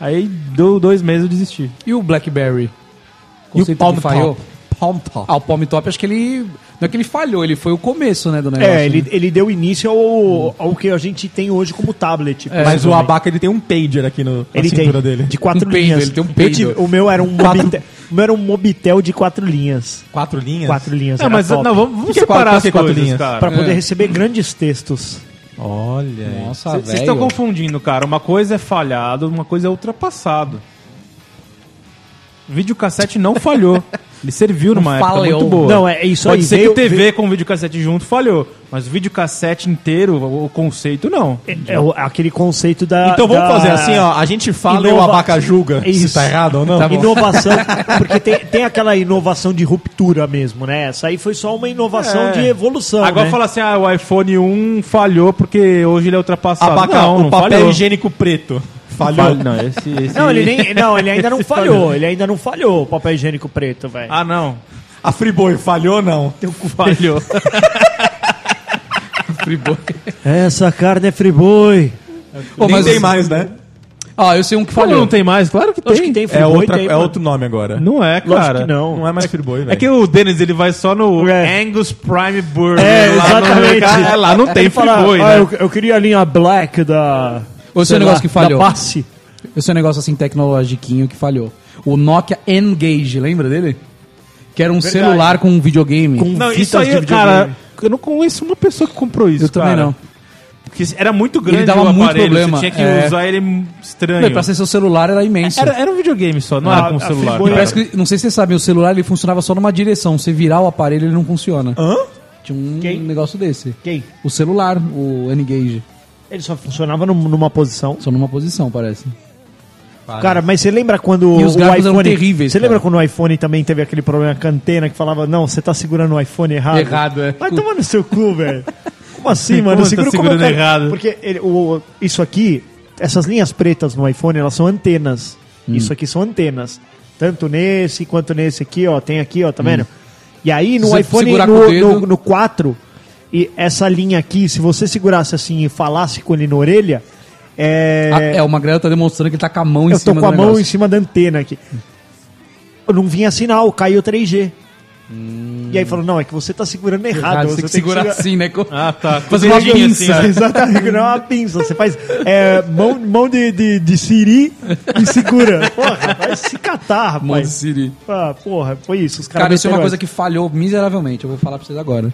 Aí deu dois meses eu desisti. E o Blackberry? E o Conceito que Palm falhou? Top. Palm Top. Ah, o Palm Top, acho que ele. Não é que ele falhou, ele foi o começo, né, do negócio. É, ele, né? ele deu início ao, ao que a gente tem hoje como tablet. É, É, Mas o principalmente. Abaca, ele tem um pager aqui no, na Ele tem cintura dele. de quatro Um peido, linhas. ele tem um Eu peido. tive- o meu era um mobitel, o meu era um mobitel de quatro linhas. quatro linhas? Quatro linhas. Não, era Ah, mas top. não, vamos, vamos Que que é separar quatro- as que é quatro coisas, linhas? cara. Pra poder receber grandes textos. Olha aí. Tá Nossa, velho. Vocês estão tá confundindo, cara. Uma coisa é falhado, uma coisa é ultrapassado. Videocassete não falhou. Ele serviu numa época falhou. muito boa. Não, é- é isso Pode aí, ser veio- que TV veio- com videocassete junto falhou, mas o videocassete inteiro, o, o conceito, não. É, é o- aquele conceito da. Então vamos da- fazer assim, ó. A gente fala e o Inova- Abaca julga se Isso. tá errado ou não. Tá bom. Inovação, porque tem, tem aquela inovação de ruptura mesmo, né? Essa aí foi só uma inovação É. de evolução. Agora né? fala assim, ah, o iPhone 1 falhou porque hoje ele é ultrapassado. Abaca, não, o não papel falhou. higiênico preto. Falhou. Falhou. Não, esse, esse- Não, ele nem, não, ele ainda não falhou. Ele ainda não falhou o papel higiênico preto, velho. Ah, não. A Friboi falhou ou não? Falhou. Friboi. Essa carne é friboi. Pô, Nem mas- tem mais, né? Ah, eu sei um que Falhou. falhou. Não tem mais? Claro que tem. Acho que tem É, friboi. outra, tem, é mano. outro nome agora. Não é, Lógico cara. que não. é mais Friboi, velho. É que o Dennis ele vai só no É. Angus Prime Burger. É, lá no exatamente. mercado. É, lá não tem Ele fala, friboi, "Ah, né? eu, eu queria a linha black da. Ou sei seu negócio que falhou. Da passe. Eu sei um negócio assim, tecnologiquinho que falhou. O Nokia N-Gage, lembra dele? Que era um celular com um videogame. Com Não, fitas isso aí, de videogame. cara, eu não conheço uma pessoa que comprou isso. Eu também cara. não. Porque era muito Ele grande dava o muito aparelho, problema, você tinha que é. usar ele estranho. Não, e pra ser seu celular era imenso. Era, era um videogame só, não Ah, era com a celular. Friboi- cara. parece que- não sei se vocês sabem, o celular ele funcionava só numa direção. Você virar o aparelho, ele não funciona. Hã? Ah. Tinha um negócio desse. Quem? O celular, o N-Gage. Ele só funcionava num- numa posição. Só numa posição, parece. Cara, mas você lembra quando Ah, né? E os o gráficos iPhone. eram terríveis, você cara. lembra quando o iPhone também teve aquele problema com a antena que falava, não, você tá segurando o iPhone errado? Errado, é. Vai tomar no seu cu, velho. Como assim, mano? Como Eu você tá seguro como eu segurando quero. errado? Porque ele- o- isso aqui, essas linhas pretas no iPhone, elas são antenas. Hum. Isso aqui são antenas. Tanto nesse quanto nesse aqui, ó. Tem aqui, ó, tá vendo? E aí no Hum. Se você iPhone, segurar com o no, dedo- no, no 4, e essa linha aqui, se você segurasse assim e falasse com ele na orelha, é. Ah, É, o Magrelo tá demonstrando que ele tá com a mão em Eu tô cima com a do mão negócio. em cima da antena aqui. Eu não vinha sinal, caiu 3G. E aí falou, não, é que você tá segurando errado. Ah, você Hum. você tem que segura segurar- assim, né? Com- Ah, tá. Fazer uma Dedinho pinça. assim, né? Exatamente, não é uma pinça. Você faz é, mão, mão de, de, de siri e segura. Porra, vai se catar, Mão de rapaz. Siri. Ah, porra, foi isso. Os caras Cara, isso é uma meteram coisa essa. que falhou miseravelmente. Eu vou falar pra vocês agora.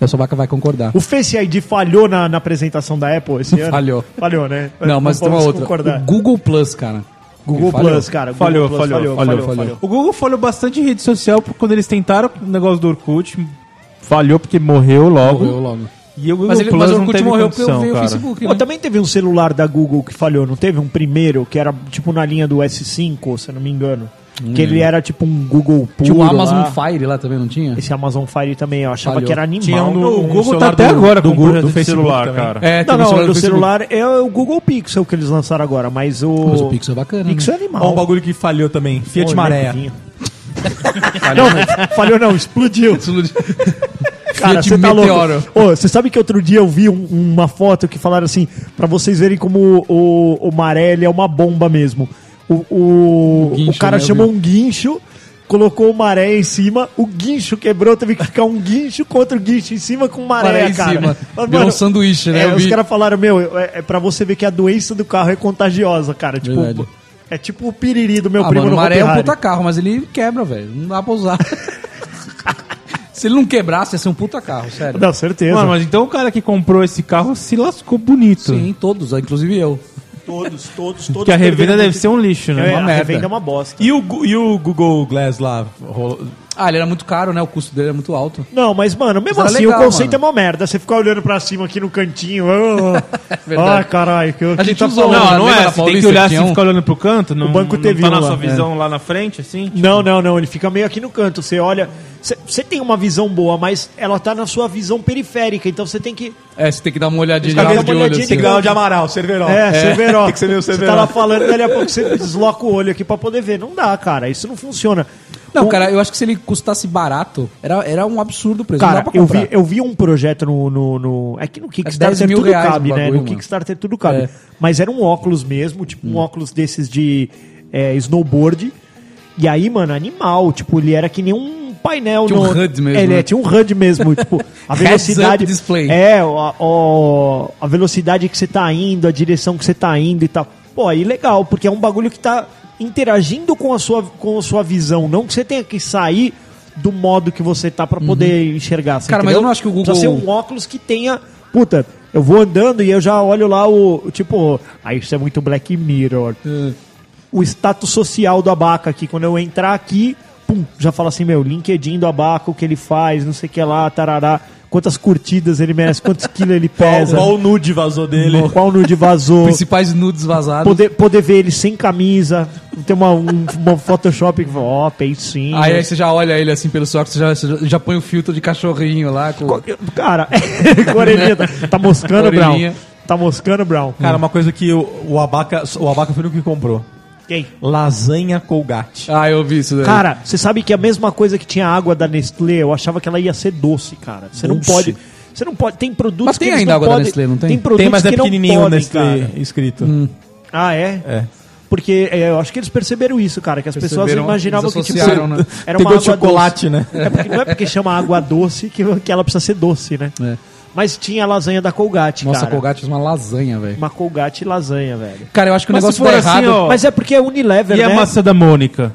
O Sobaca vai concordar. O Face ID falhou na, na apresentação da Apple esse ano? Falhou. Falhou, né? Não, mas tem uma podemos outra. concordar. O Google Plus, cara. Google Ele falhou. Plus, cara. Google Falhou, Plus, falhou, falhou, falhou. O Google falhou bastante em rede social porque quando eles tentaram o negócio do Orkut. Falhou porque morreu logo. Morreu logo. E o Google Mas, ele, Plus mas o não Orkut teve morreu porque condição, eu vi o cara. Facebook, Pô, né? também teve um celular da Google que falhou, não teve um primeiro que era tipo na linha do S5, se eu não me engano. Que ele era tipo um Google puro Tinha o Amazon lá. Fire lá também, não tinha? Esse Amazon Fire também, eu achava Falhou. que era animal. Tinha um no- Não, um O Google tá celular até do- agora do com Google- projeto do de Facebook celular, também. cara. É, não, teve o não, do Facebook. celular é o Google Pixel que eles lançaram agora, mas o. Mas o Pixel é bacana, Pixel é Ó, um animal. bagulho que falhou também. Fiat Pô, Maré. levinho. Falhou, né? não, falhou não, explodiu. é um Cara, Fiat você tá Meteoro. louco. Ô, Você sabe que outro dia eu vi um- uma foto que falaram assim, pra vocês verem como o, o, o maré ele é uma bomba mesmo. O, o, o, Um guincho, cara né, eu chamou um guincho, colocou o maré em cima, o guincho quebrou, teve que ficar um guincho contra o guincho em cima com o maré, Maré em cara. cima. Mas, Virou um sanduíche, né? é, Eu os vi. caras falaram, meu, é, é pra você ver que a doença do carro é contagiosa, cara. Tipo, Verdade. é tipo o piriri do meu ah, primo mano, o no Maré é um Hopi Hari. puta carro, mas ele quebra, velho. Não dá pra usar. Se ele não quebrasse, ia ser um puta carro, sério. Não, certeza. Mano, mas então o cara que comprou esse carro se lascou bonito. Sim, todos, inclusive eu. Todos, todos, todos. Porque a revenda perderam deve muito- ser um lixo, É, né? uma a merda. revenda é uma bosta. E o, Gu- e o Google Glass lá? Rolo- Ah, ele era muito caro, né? O custo dele era muito alto. Não, mas, mano, mesmo Mas era assim legal, o conceito mano. é uma merda. Você ficar olhando pra cima aqui no cantinho. ah, verdade. Ai, caralho. Que, que gente tá usou, falando? né? Não, não Lembra é. da Você tem que Paulista? olhar assim, Tinha um- ficar olhando pro canto. Não, banco não teve tá um na lá, sua é. visão lá na frente, assim? Não, não, não. Ele fica meio aqui no canto. Você olha. você- Você tem uma visão boa, mas ela tá na sua visão periférica. Então você tem que. É, você tem que dar uma olhadinha caras lado dão uma olhadinha Tem que assim. dar o de Amaral, Cerveró. É, você vê, ó. Tem que ser meio Você Cerveró. tá lá falando, dali a pouco você desloca o olho aqui pra poder ver. Não dá, cara. Isso não funciona. Não, O- cara, eu acho que se ele custasse barato, era, era um absurdo o preço. não Cara, dá pra eu comprar. vi, eu vi um projeto no. no, no- é que no Kickstarter 10 mil tudo reais cabe, o né? bagulho, No mano. Kickstarter tudo cabe. É. Hum. Mas era um óculos mesmo, tipo um óculos desses de é, snowboard. E aí, mano, animal. Tipo, ele era que nem um painel. Tinha um HUD mesmo, Ele é, né? tinha um HUD mesmo. tipo, a velocidade. Heads-up display. É, a, o- a velocidade que você tá indo, a direção que você tá indo e tal. Pô, aí legal, porque é um bagulho que tá interagindo com a sua, com a sua visão. Não que você tenha que sair do modo que você tá pra poder enxergar. você Uhum. Cara, mas entendeu? eu não acho que o Google- Precisa ser um óculos que tenha. Puta, eu vou andando e eu já olho lá o. Tipo, aí isso é muito Black Mirror. O status social do abaca aqui. Quando eu entrar aqui, pum, já fala assim, meu, LinkedIn do abaca, o que ele faz, não sei o que lá, tarará. Quantas curtidas ele merece, quantos quilos ele Qual, pesa. qual nude vazou dele? Qual nude vazou? Principais nudes vazados. Poder, poder ver ele sem camisa. Tem uma, um, uma Photoshop que fala, ó, peitinho. Aí, é aí você já olha ele assim pelo soco, você já, você já- já põe o filtro de cachorrinho lá. com- Cara, com a orelhinha. Tá, tá moscando, Brown. Orelhinha. Tá moscando, Brown. Cara, uma coisa que o, o Abaca... O Abaca foi o único que comprou. Quem? Lasanha Colgate. Ah, eu vi isso daí. Cara, você sabe que é a mesma coisa que tinha água da Nestlé, eu achava que ela ia ser doce, cara. Você não Doce. pode. Você não pode. Tem produtos Mas tem que eles ainda não água da podem- Nestlé, não Tem tem? Tem, produtos Tem, mas é que não pequenininho podem, nesse cara. escrito. Ah, é? É. Porque é, eu acho que eles perceberam isso, cara, que as pessoas Perceberam, imaginavam que tipo, desassociaram, né? era uma Pegou água chocolate, né? doce. É porque, não é porque chama água doce que, que ela precisa ser doce, né? É. Mas tinha a lasanha da Colgate, Nossa, a cara. Colgate fez uma lasanha, velho. Uma Colgate e lasanha, velho. Cara, eu acho que o Mas se negócio Oh. for tá assim, errado. ó, é Mas é porque é Unilever, E né? a massa da Mônica?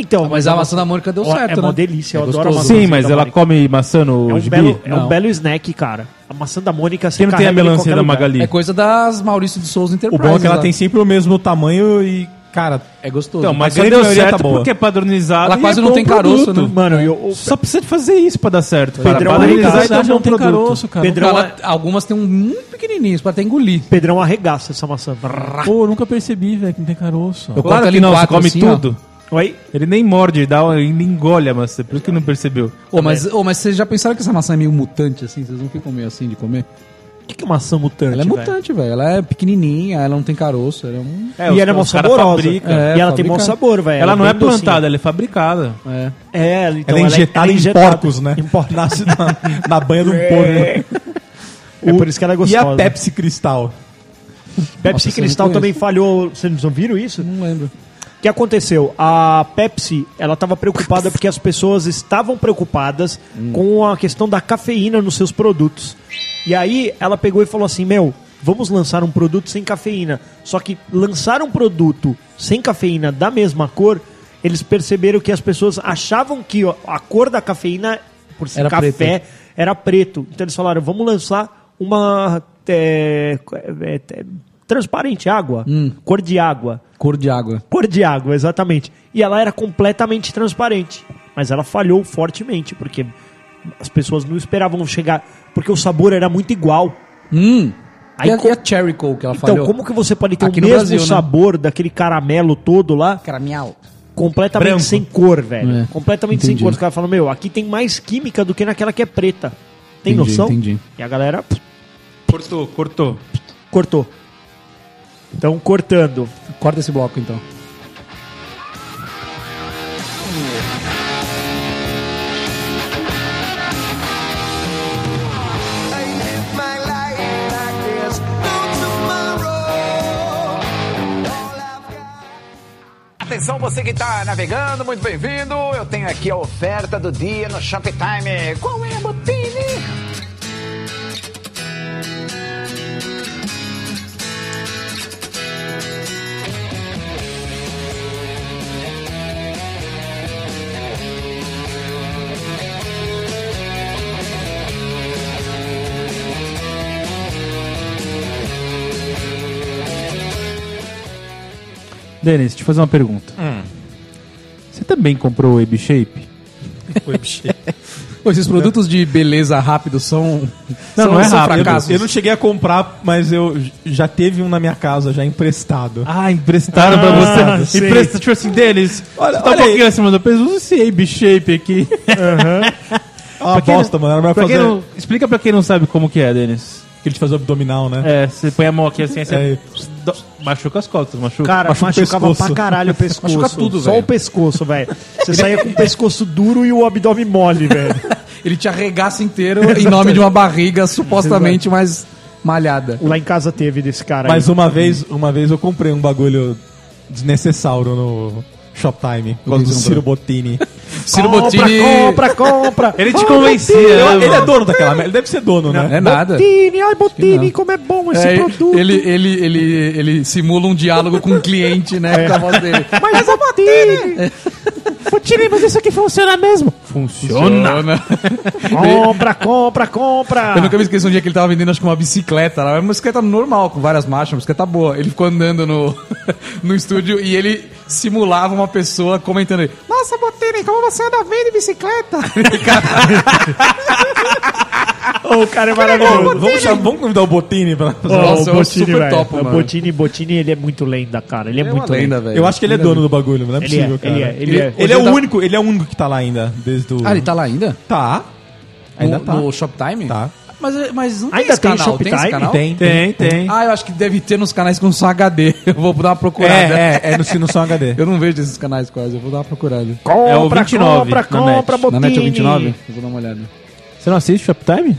Então, Ah, Mas a maçã da Mônica deu Ó, certo, É né? uma delícia, eu É adoro a gostoso. maçã. Sim, mas da ela Mônica. come maçã no É um, gibi? belo, é Não. um belo snack, cara. A maçã da Mônica Por que não tem a melancia da Magali? É coisa das Maurício de Souza O Enterprise. bom é que ela lá. tem sempre o mesmo tamanho e, cara, É gostoso. Então, mas A só grande deu maioria certo tá boa. porque é padronizado. Ela e quase é não bom tem caroço, né? Mano, eu, o- Só precisa de fazer isso pra dar certo. Para é Pedrão padronizar e arregaça. dar bom Não tem produto. caroço, cara. Pedrão, Ela- algumas têm um muito pequenininhos, pra até engolir. Pedrão arregaça essa maçã. Pô, eu nunca percebi, velho, que não tem caroço. Eu corto claro ela que em não, você quatro, come assim, ó. tudo. Oi? Ele nem morde, dá, ele nem engole a maçã, por isso que não percebeu. Ô, mas, ô, mas vocês já pensaram que essa maçã é meio mutante, assim? Vocês não ficam meio assim de comer? O que, que é maçã mutante? Ela é velho? mutante, velho. Ela é pequenininha, ela não tem caroço. Ela é um... É, os- e ela é mó os cara saborosa. fabrica. É, e ela tem bom fabrica. sabor, velho. Ela não é bem docinha. plantada, ela é fabricada. É. É, então ela é injetada ela é em injetada porcos, né? Em porcos. Nasce na, na banha de um porco. É por isso que ela é E gostosa. a Pepsi Cristal? Pepsi Nossa, Cristal você não também falhou. Vocês não viram isso? Não lembro. O que aconteceu? A Pepsi, ela estava preocupada porque as pessoas estavam preocupadas com a questão da cafeína nos seus produtos. E aí ela pegou e falou assim: "Meu, vamos lançar um produto sem cafeína". Só que lançar um produto sem cafeína da mesma cor, eles perceberam que as pessoas achavam que ó, a cor da cafeína por ser Era café preto. era preto. Então eles falaram: "Vamos lançar uma é, é, é, transparente água, cor de água". Cor de água. Cor de água, exatamente. E ela era completamente transparente. Mas ela falhou fortemente, porque as pessoas não esperavam chegar. Porque o sabor era muito igual. Hum. Aí e, a, co- e a Cherry Coke que ela Então, falhou? como que você pode ter Aqui o no mesmo Brasil, né? sabor daquele caramelo todo lá, Caramel. completamente Branco. sem cor, velho? É, Completamente sem entendi. cor. Os caras falam, meu, aqui tem mais química do que naquela que é preta. Tem Entendi, noção? entendi. E a galera pff, Cortou, cortou. cortou. Então, cortando. Corta esse bloco, então. Atenção, você que está navegando, muito bem-vindo. Eu tenho aqui a oferta do dia no Shoptime. Qual é, Botini? Denis, deixa eu fazer uma pergunta. Você também comprou o Web Shape? Pô, esses produtos de beleza rápido são. Não, são, não é são rápido. fracassos. Eu não cheguei a comprar, mas eu j- já teve um na minha casa, já emprestado. Ah, emprestaram pra você. sei. Empresta, tipo assim, Denis, você Olha- tá um olha pouquinho aí. acima do peso, usa esse Web Shape aqui. Ah, uma quem bosta, não- mano. Era melhor pra quem fazer não- explica pra quem não sabe como que é, Denis. aquele de fazer abdominal, né? É, você põe a mão aqui assim, aí É. você do- machuca as costas, machuca. Cara, Machuca o machucava pescoço. pra caralho o pescoço. Machuca tudo, Só velho. é o pescoço, velho. Você saía com o pescoço duro e o abdômen mole, velho. Ele te arregaça inteiro em nome de uma barriga supostamente mais malhada. Lá em casa teve desse cara Mas aí. uma vez, uma vez eu comprei um bagulho desnecessário no Shoptime, por causa do Ciro Bottini. Ciro compra, Bottini. compra, compra. Ele te convencia, né, Eu- ele mano? é dono daquela merda, ele deve ser dono, né? Não é nada. Botini, ai Botini, não. como é bom esse É, produto. ele, ele, ele, ele simula um diálogo com o cliente, né? Com a voz dele. Mas é o Botini. Botini, mas isso aqui funciona mesmo. Funciona. Compra, compra, compra. Eu nunca me esqueço um dia que ele tava vendendo, acho que uma bicicleta. Era uma bicicleta normal, com várias marchas, uma bicicleta boa. Ele ficou andando no, no estúdio e ele simulava uma pessoa comentando aí, Nossa, Botini, como você anda bem de bicicleta? Ô, O cara é maravilhoso. Vamos, chamar, vamos convidar o Bottini pra fazer. Ô, Nossa, eu super velho. topo, O mano. Botini, Botini, ele é muito lenda, cara. Ele é, muito lenda. velho. Eu acho que ele é dono do bagulho, não é Ele é, possível, cara. ele é, ele é. Ele é o único, ele é o único que tá lá ainda, desde o... Ah, ele tá lá ainda? Tá. Ainda no, tá. no Shoptime? Tá. Mas, mas não tem Ainda esse tem canal, tem esse Shoptime? canal? Tem, Tem, tem. Ah, eu acho que deve ter nos canais que não são HD. Eu vou dar uma procurada. É, é, é no Sino Som HD. Eu não vejo esses canais quase, eu vou dar uma procurada. Compra, É o 29 compra, na net. compra, Botini. Na net é o 29? Eu vou dar uma olhada. Você não assiste Shoptime?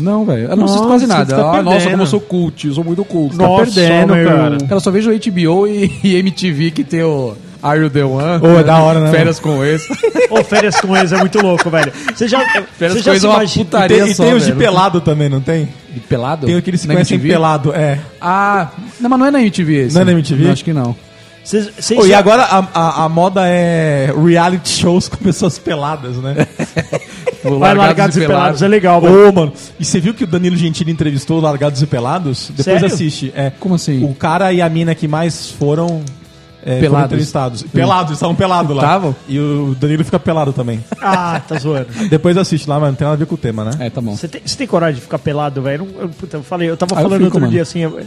Não, velho. Eu não assisto Nossa, quase você nada. tá ah, nossa, perdendo. como eu sou cult, eu sou muito cult. Tá Nossa, perdendo, meu. cara. Cara, eu só vejo HBO e, e MTV que tem o Are You The One? Ô, é da hora, né, Férias com esse. Ô, férias com ex é muito louco, velho. Você já, você Férias já se com ex é uma imagina... E putaria tem, e só, tem os de velho. pelado também, não tem? De pelado? Tem aqueles que se Na conhecem MTV? pelado, é. Ah, não, mas não é na MTV esse. Não é na MTV? acho que não. Cês- cês- Ô, e agora a, a- a moda é reality shows com pessoas peladas, né? Vai Largados e Pelados, é legal, Ô, velho. mano, e você viu que o Danilo Gentili entrevistou o Largados e Pelados? Depois Sério? assiste. É, Como assim? O cara e a mina que mais foram... é, foram Pelados. entrevistados. Pelados, estavam pelados lá. Estavam? E o Danilo fica pelado também. Ah, tá zoando. Depois assiste lá, mas não tem nada a ver com o tema, né? É, tá bom. Você tem, você tem coragem de ficar pelado, velho? Eu, não- eu, puta, eu falei, eu tava Ah, eu falando fico, outro mano. dia assim. Eu,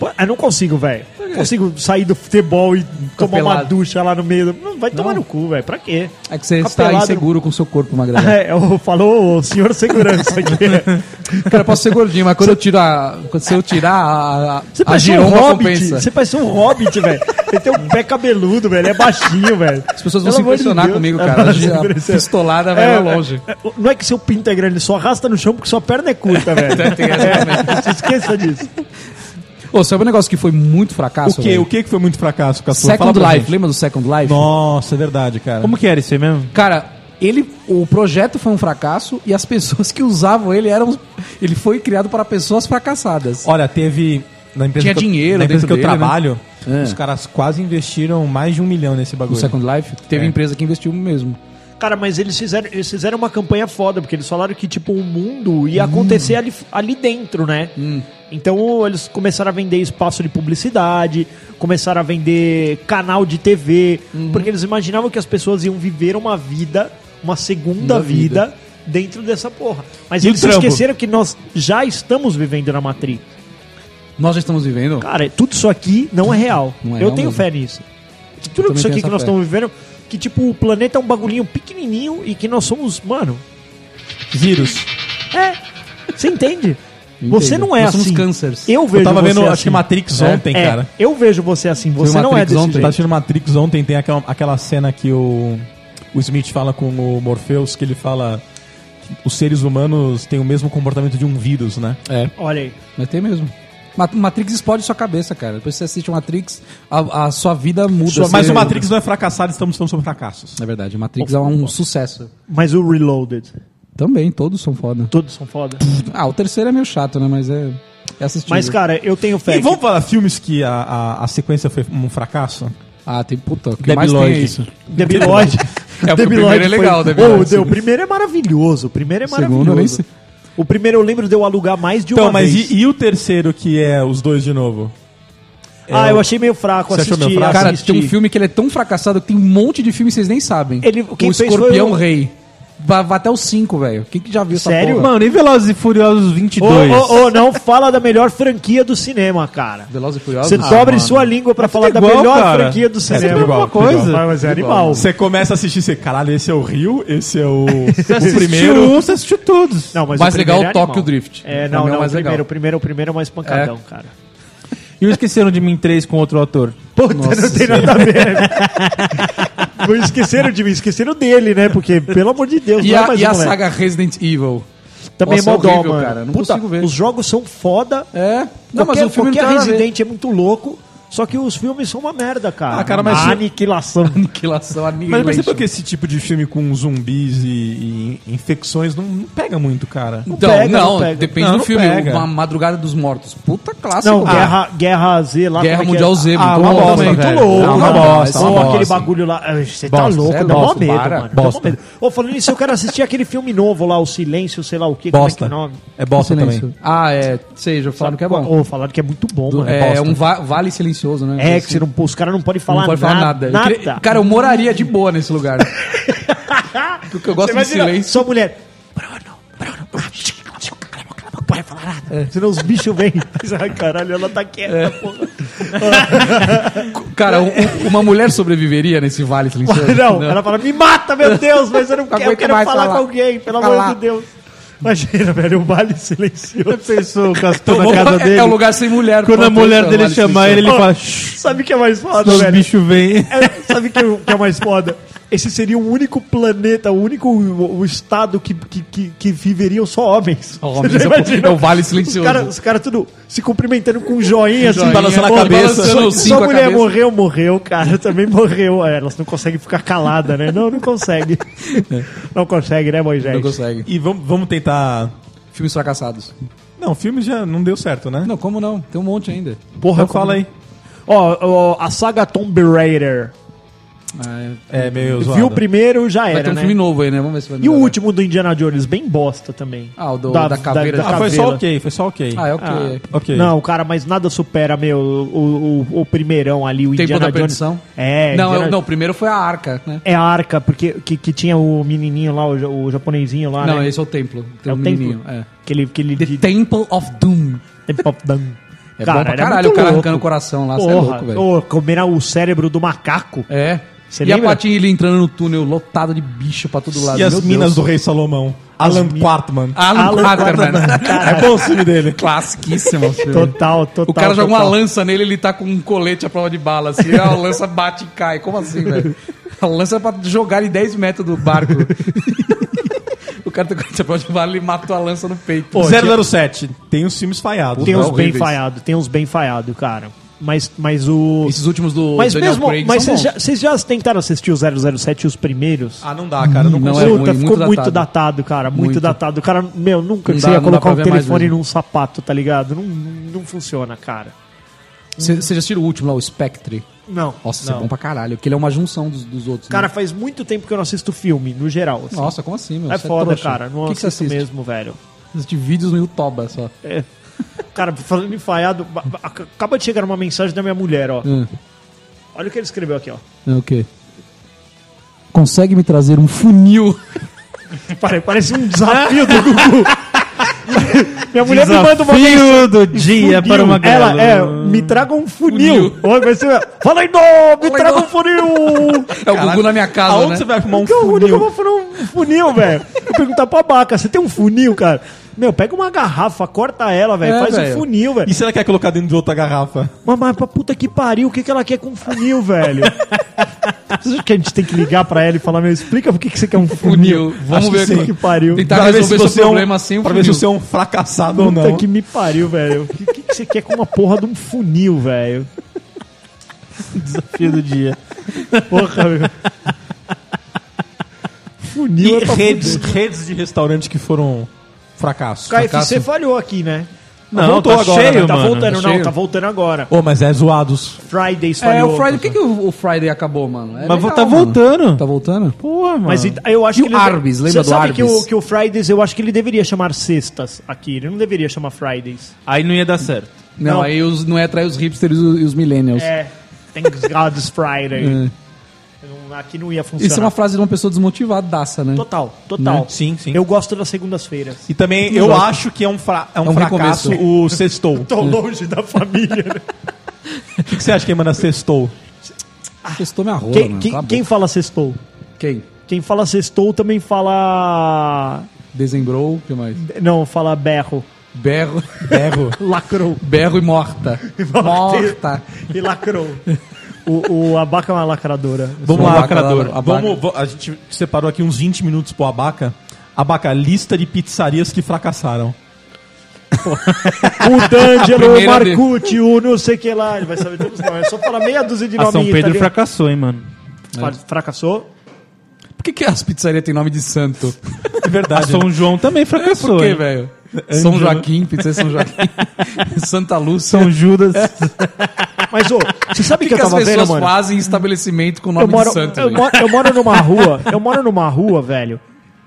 pô, eu não consigo, velho. Não consigo sair do futebol e tomar uma pelado. ducha lá no meio. do- Não, vai tomar no cu, velho. Pra quê? É que você Ficar está pelado- inseguro com o seu corpo, Magrela. É, eu- falou o senhor segurança aqui. Cara, eu posso ser gordinho, mas quando eu tiro a. Quando se eu tirar a. A, Você a parece um giromba hobbit. compensa. Você parece um hobbit, velho. Ele tem um pé cabeludo, velho. Ele é baixinho, velho. As pessoas vão Pelo se amor de impressionar Deus. É, comigo, Elas cara. vão se A impressionar. pistolada vai lá longe. é, é, não é que seu pinto é grande, ele só arrasta no chão porque sua perna é curta, velho. É, se esqueça disso. Ô, sabe um negócio que foi muito O fracasso? que, velho? o que que foi muito fracasso, Caçula? É. Second Fala pra Life, gente. lembra do Second Life? Nossa, é verdade, cara. Como que era isso aí mesmo? Cara, ele, o projeto foi um fracasso e as pessoas que usavam ele eram. Ele foi criado para pessoas fracassadas. Olha, teve. Na empresa Tinha que eu- dinheiro na empresa dentro que eu dele, trabalho, né? os É. caras quase investiram mais de um milhão nesse No bagulho. Second Life, teve É. empresa que investiu mesmo. Cara, mas eles fizeram, eles fizeram uma campanha foda, porque eles falaram que, tipo, o mundo ia acontecer ali, ali dentro, né? Então eles começaram a vender espaço de publicidade, começaram a vender canal de TV, Uhum. porque eles imaginavam que as pessoas iam viver uma vida, uma segunda vida, dentro dessa porra. Mas E o eles trampo? esqueceram que nós já estamos vivendo na Matrix. Nós já estamos vivendo. Cara, tudo isso aqui não é real. Não é eu real tenho mesmo. fé nisso. Que tudo também isso tenho aqui essa que nós fé. estamos vivendo, que tipo, o planeta é um bagulhinho pequenininho e que nós somos, mano, Vírus. é. Você entende? Você não é Nós somos assim. cânceres. Eu Eu vejo tava você vendo, assim. acho que Matrix ontem, É, cara. eu vejo você assim. Você não é Matrix desse ontem? Eu jeito. tava Tá assistindo Matrix ontem, tem aquela, aquela cena que o, o Smith fala com o Morpheus, que ele fala que os seres humanos têm o mesmo comportamento de um vírus, né? Olha aí. Mas tem mesmo. Ma- Matrix explode sua cabeça, cara. Depois que você assiste o Matrix, a, a sua vida muda. Você- Mas o Matrix não é fracassado, estamos falando sobre fracassos. É verdade, o Matrix é um sucesso. Mas o Reloaded. Também, todos são foda. Todos são foda. Ah, o terceiro é meio chato, né? Mas é, é assistível. Mas, cara, eu tenho fé. E vamos falar filmes que a, a, a sequência foi um fracasso? Ah, tem puta. O que Debi mais tem é Lloyd. isso. que Debiloid. É, porque o primeiro é legal, foi... Debi Lloyd. Ô, o, o primeiro é maravilhoso. O primeiro é Segundo, eu maravilhoso. nem sei. O primeiro eu lembro de eu alugar mais de uma Então, mas vez. e, e o terceiro que é os dois de novo? ah, É eu o- achei meio fraco. Você achou assisti, meio fraco? Cara, assisti. tem um filme que ele é tão fracassado que tem um monte de filme que vocês nem sabem. Ele- quem o fez foi Escorpião o- Rei. Vai vai até o 5, velho. Quem que já viu Sério? essa porra? Mano, nem Velozes e Furiosos Ô, 22. ô, ô, não fala da melhor franquia do cinema, cara. Velozes e Você Furiosos? dobre sua língua pra falar da igual, melhor cara. franquia do É cinema. igual, Alguma coisa. igual. Mas é animal. Você começa a assistir, você, caralho, esse é o Rio, esse é o, o Assistiu primeiro. um, você assistiu todos. Não, mas Mais legal primeiro o animal. Tokyo Drift. É, Pra não, mim é o não, mais o primeiro, legal. o primeiro, o primeiro é mais pancadão, cara. E o Esqueceram de Mim 3 com outro ator. Puta, não tem nada a ver. Não esqueceram de mim, esqueceram dele, né? Porque, pelo amor de Deus, E não é a, mais e um a moleque. saga Resident Evil? Também Nossa, é é mó dó, horrível, mano. cara, não Puta, consigo ver. Os jogos são foda. É. Não, mas qualquer, o filme qualquer não tem nada a ver. Resident é muito louco, só que os filmes são uma merda, cara. Ah, cara, mas- A aniquilação. Aniquilação, Mas eu percebo aniquilação. que esse tipo de filme com zumbis e, e infecções não, não pega muito, cara. Então, pega, não, não pega. depende Não, do não filme. pega. Uma Madrugada dos Mortos. Puta clássico. Não, é, cara. guerra, guerra Z lá. ah. Guerra como é que Mundial é? Z. Ah, muito uma bom bosta, também. velho. Muito louco, Não, uma não, bosta, não, Ou não, uma não. aquele bosta. bagulho lá. Ai, Você tá Bosta, louco, é dá mó bosta, medo, para. mano. Dá mó Bosta. medo. Ô, falando nisso, eu quero assistir aquele filme novo lá, O Silêncio, sei lá o que. Como é Bosta. que é o nome? É bosta Silêncio. também. Ah, é. Seja, falaram que é bom. Ô, falaram que é muito bom, mano. é bosta. um va- vale silencioso, né? É, que você não, os caras não podem falar, não pode falar nada. Eu queria- Cara, eu moraria de boa nesse lugar. Porque eu gosto de silêncio. Só mulher. Bruno, Bruno. Não pode falar nada. É, Senão os bichos vêm. Mas, ah, caralho, ela tá quieta, porra. Cara, um- um- uma mulher sobreviveria nesse vale silencioso? Não, ela fala, me mata, meu Deus, mas eu não Não quero, eu aguento quero falar, mais com falar. alguém, pelo Fica amor lá. de Deus. Imagina, velho, o vale silencioso. Pensou, castou Vou- é, é um lugar sem mulher. Quando a pronto, mulher esse é o dele vale chamar silencioso. ele, ele Ó, fala... "Shh, Sabe o que é mais foda, Os velho? bichos vêm. É, sabe o que, o que é mais foda? Esse seria o único planeta, o único o, o estado que, que, que, que viveriam só homens. Só homens, Você é o- imagina? é o vale Os silencioso. um caras os cara tudo se cumprimentando com joinha, assim. Joinha, balançando a Pô, cabeça. Só, Balançando só cinco a mulher cabeça. morreu, morreu, cara também morreu. É, Elas não conseguem ficar caladas, né? Não, não consegue. Não consegue, né, Moisés? Não consegue. E vamos, vamos tentar. Filmes fracassados. Não, o filme já não deu certo, né? Tá Não, como não? Tem um monte ainda. Porra, fala aí. Ó, ó, a saga Tomb Raider. É meio Viu o primeiro, já Ah, Vai era, ter um né? filme novo aí, né? Vamos ver se vai E o último do Indiana Jones, bem bosta também. Ah, o do- da caveira. Ah, foi só ok, foi só ok. Ah, é ok. ok. Não, cara, mas nada supera, meu, o, o, o primeirão ali, o Tempo Indiana da Jones. Perdição? É, não, Indiana- eu- não, o primeiro foi a arca, né? É a arca, porque que, que tinha o menininho lá, o, ja- o japonesinho lá, não, né? esse é o templo. Tem É um o templo? menininho, é. Aquele, aquele The Temple of Doom. Temple of Doom. É bom pra era caralho, muito o cara louco. arrancando o coração lá, cê é Porra, louco, velho. ô, comer o cérebro do macaco. É. Você e lembra? a Patinha ele entrando no túnel, lotado de bicho pra todo lado. E as Meu minas Deus. do Rei Salomão. Alan Quartman. Alan, Alan Quarterman. É bom o filme dele. Classiquíssimo. o filme. Total, total. É. O cara joga uma total. lança nele, ele tá com um colete à prova de bala, assim, a lança bate e cai. Como assim, velho? A lança é pra jogar ele 10 metros do barco. o cara tá com colete à prova de bala, ele matou a lança no peito. Pô, 007. Tem os filmes falhados. Tem né? uns bem Horríveis. falhados, tem uns bem falhados, cara. Mas, mas o. Esses últimos do Mas Daniel mesmo. Craig Mas são vocês bons. já, vocês já tentaram assistir o 007 e os primeiros? Ah, não dá, cara. Não, Não consigo. é Puta, ruim, ficou muito muito, datado. datado. cara. Muito, Muito. datado. O cara, meu, nunca que Não dá- você ia não dá colocar pra um ver mais telefone mesmo. num sapato, tá ligado? Não, não funciona, cara. Você você já assistiu o último lá, o Spectre? Não. Nossa, isso é bom pra caralho, porque ele é uma junção dos, dos outros. né? Cara, faz muito tempo que eu não assisto filme, no geral. assim. Nossa, como assim, meu? é Você foda, trouxa. cara. Não O que, que você assisto assiste? mesmo, velho. Assiste vídeos no YouTube só. Cara, falando em falhado, ba- ba- ac- acaba de chegar uma mensagem da minha mulher, ó. Hum. Olha o que ele escreveu aqui, ó. É o quê? Consegue me trazer um funil? Pare- Parece um desafio do Gugu. Minha mulher me manda uma Desafio do dia Funil. para uma Ela galera. é, me traga um funil. Olha, vai ser- Fala aí, não, me traga um funil. É o Gugu na minha casa, Aonde né? você vai arrumar um Que horror, eu funil? vou falar um funil, velho. Vou perguntar pra Baca, você tem um funil, cara? Meu, pega uma garrafa, corta ela, velho, É, faz velho. um funil, velho. E se ela quer colocar dentro de outra garrafa? Mas, mas pra puta que pariu, o que, que ela quer com funil, velho? Vocês acham que a gente tem que ligar pra ela e falar, meu, explica por que, que você quer um funil? Funil, vamos Acho que ver sei como- que pariu. Tentar Pra ver resolver se seu você é um- problema sem o Pra ver se funil. você é um fracassado ou Puta não. que me pariu, velho. O que, que, que você quer com uma porra de um funil, velho? Desafio do dia. Porra, meu. Funil E é pra redes, fuder. redes de restaurante que foram fracasso. KFC falhou aqui, né? Não, voltou tá agora, cheio, né? Tá mano. voltando, Tá não, cheio. tá voltando agora. Ô, mas é zoados. Fridays É, falhou. o Friday. Por que, que o o Friday acabou, mano? É Mas legal, tá mano. voltando. Tá voltando? Porra, mano. Mas e- eu acho E que o Arby's, lembra Você do sabe Que, Arby's? o, que o Fridays, eu acho que ele deveria chamar sextas aqui. Ele não deveria chamar Fridays. Aí não ia dar certo. Não, Não. aí os, não é atrair os hipsters e os, e os millennials. É, Thanks God's Friday. É. Não- Aqui não ia funcionar. Isso é uma frase de uma pessoa desmotivadaça, né? Total, total. Né? Sim, sim. Eu gosto das segundas-feiras. E também eu acho que é um, fra- é um É um fracasso recomeço. o sextou. Tô longe da família. né? O que que você acha que manda sextou? Testou minha rola, quem, mano. quem- Cala a quem fala sextou? boca. quem? Quem fala sextou também fala... Desembrou, o que mais? Não, fala berro. Berro, Berro. Lacrou. berro e morta. morta. E lacrou. O, o abaca é uma lacradora. Vamos Sou lá, abaca, Acrador. abaca. Vamos, vo- a gente separou aqui uns 20 minutos pro Abaca. Abaca, lista de pizzarias que fracassaram. O D'Angelo, o primeira Marcucci, o não sei que lá. Ele vai saber todos os nomes. É só falar meia dúzia de A nomes. Ah, São Pedro italianos. fracassou, hein, mano. Fra- Fracassou. Por que, que as pizzarias têm nome de santo? É A verdade. É, São João também fracassou. Por que, hein? velho? São Joaquim, pizzaria São Joaquim. Santa Lúcia. São Judas. É. Mas, ô, você sabe O o que, que, que eu as tava vendo, pessoas mano? fazem em estabelecimento com o Eu nome moro, de santo? eu, velho? moro, eu moro numa rua, eu moro numa rua, velho,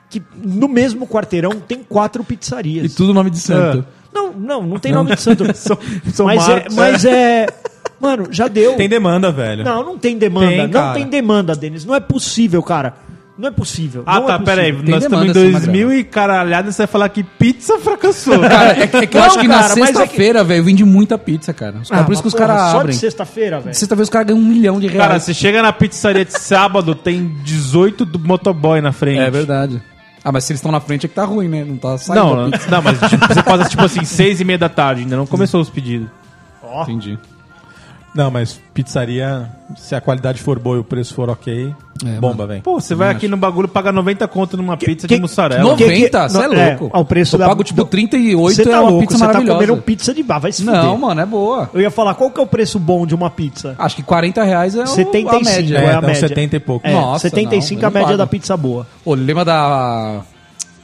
que no mesmo quarteirão tem quatro E pizzarias. tudo nome de santo. Não, não, não tem nome de santo. São mas, é, Marcos. mas é. Mano, já deu. Tem demanda, velho. Não, não tem demanda. Tem, não cara. tem demanda, Denis. Não é possível, cara. Não é possível. Ah, não tá, é possível. peraí. Tem Nós estamos em demanda, sim, 2000 e caralhada, você vai falar que pizza fracassou. Cara, é, que- é que eu Não, acho que na cara, mas é que- sexta-feira, velho, vende muita pizza, cara. Os caras- Ah, É por isso que mas os caras porra, Só abrem. de sexta-feira, velho. Sexta-feira os caras ganham um milhão de Cara, reais. você chega na pizzaria de sábado, tem 18 do motoboy na frente. é verdade. Ah, mas se eles estão na frente é que tá ruim, né? Não tá saindo. Não, a não, pizza. não, mas tipo, você faz tipo assim, 6 e meia da tarde, ainda não começou os pedidos. Entendi. Não, mas pizzaria, se a qualidade for boa e o preço for ok, É, bomba, velho. Pô, você vai aqui no bagulho paga 90 conto numa pizza que- de mussarela. que- 90? que- Você é não, é, louco. ao preço eu da- pago tipo do- 38 Você é tá uma louco, pizza você tá maravilhosa. comendo pizza de bar, vai se fuder. não, mano, é boa. Eu ia falar, qual que é o preço bom de uma pizza? Acho que 40 reais é o- 75. a média. é É, a dá uns média. 70 e pouco. É, Nossa, 75 não, a eu não média pago. da pizza boa. Ô, lembra da.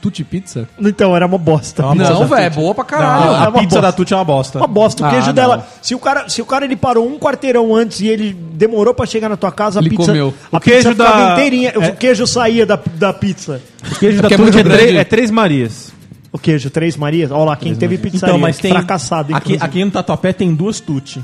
Tutti Pizza? Então, era uma bosta. Não, velho, é boa pra Ah, caralho. Não, A era uma pizza bosta. da Tutti é uma bosta. Uma bosta. O Ah, queijo não. dela. Se o, cara, se o cara ele parou um quarteirão antes e ele demorou pra chegar na tua casa, a Ele pizza. comeu. A O pizza queijo ficava da- inteirinha. é. O queijo saía da, da pizza. O queijo da Porque é Tutti é, muito três- grande. é Três Marias. O queijo, Três Marias. Olha lá, quem teve pizzaria. Então, mas tem. Fracassado, aqui, inclusive. aqui no Tatuapé tem duas Tuti.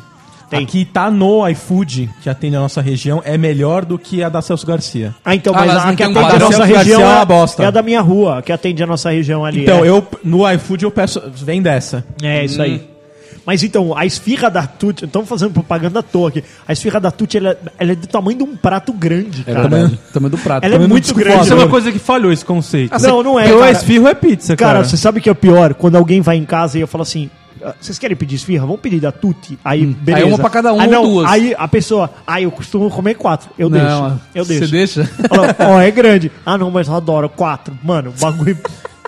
Aqui tá no iFood, que atende a nossa região, é melhor do que a da Celso Garcia. Ah, então, Ah, mas elas a não que têm um atende a padrão. nossa Celso região Garcia é uma é, bosta. é a da minha rua, que atende a nossa região ali. Então, é. eu no iFood eu peço. Vem dessa. É, isso aí. Hum. Mas então, a esfirra da Tuti, estamos fazendo propaganda à toa aqui. A esfirra da Tuti, ela, ela é do tamanho de um prato grande, É cara. tamanho, tamanho do prato. Ela Tá é Tamanho do muito disco grande. voador. Isso né? é uma Coisa que falhou esse conceito. Ah, Não, não é. Pior cara. esfirro é pizza, cara. você sabe o que é o pior? Quando alguém vai em casa e eu falo assim. "Ah, Vocês querem pedir esfirra? Vamos pedir da Tutti. Hum. é Aí, beleza. Aí uma pra cada um aí, ou não, duas. Aí a pessoa, ah, eu costumo comer quatro. Eu Não, deixo. Eu você deixo. deixa? Fala, Ó, é grande. Ah, não, mas eu adoro quatro. Mano, o bagulho.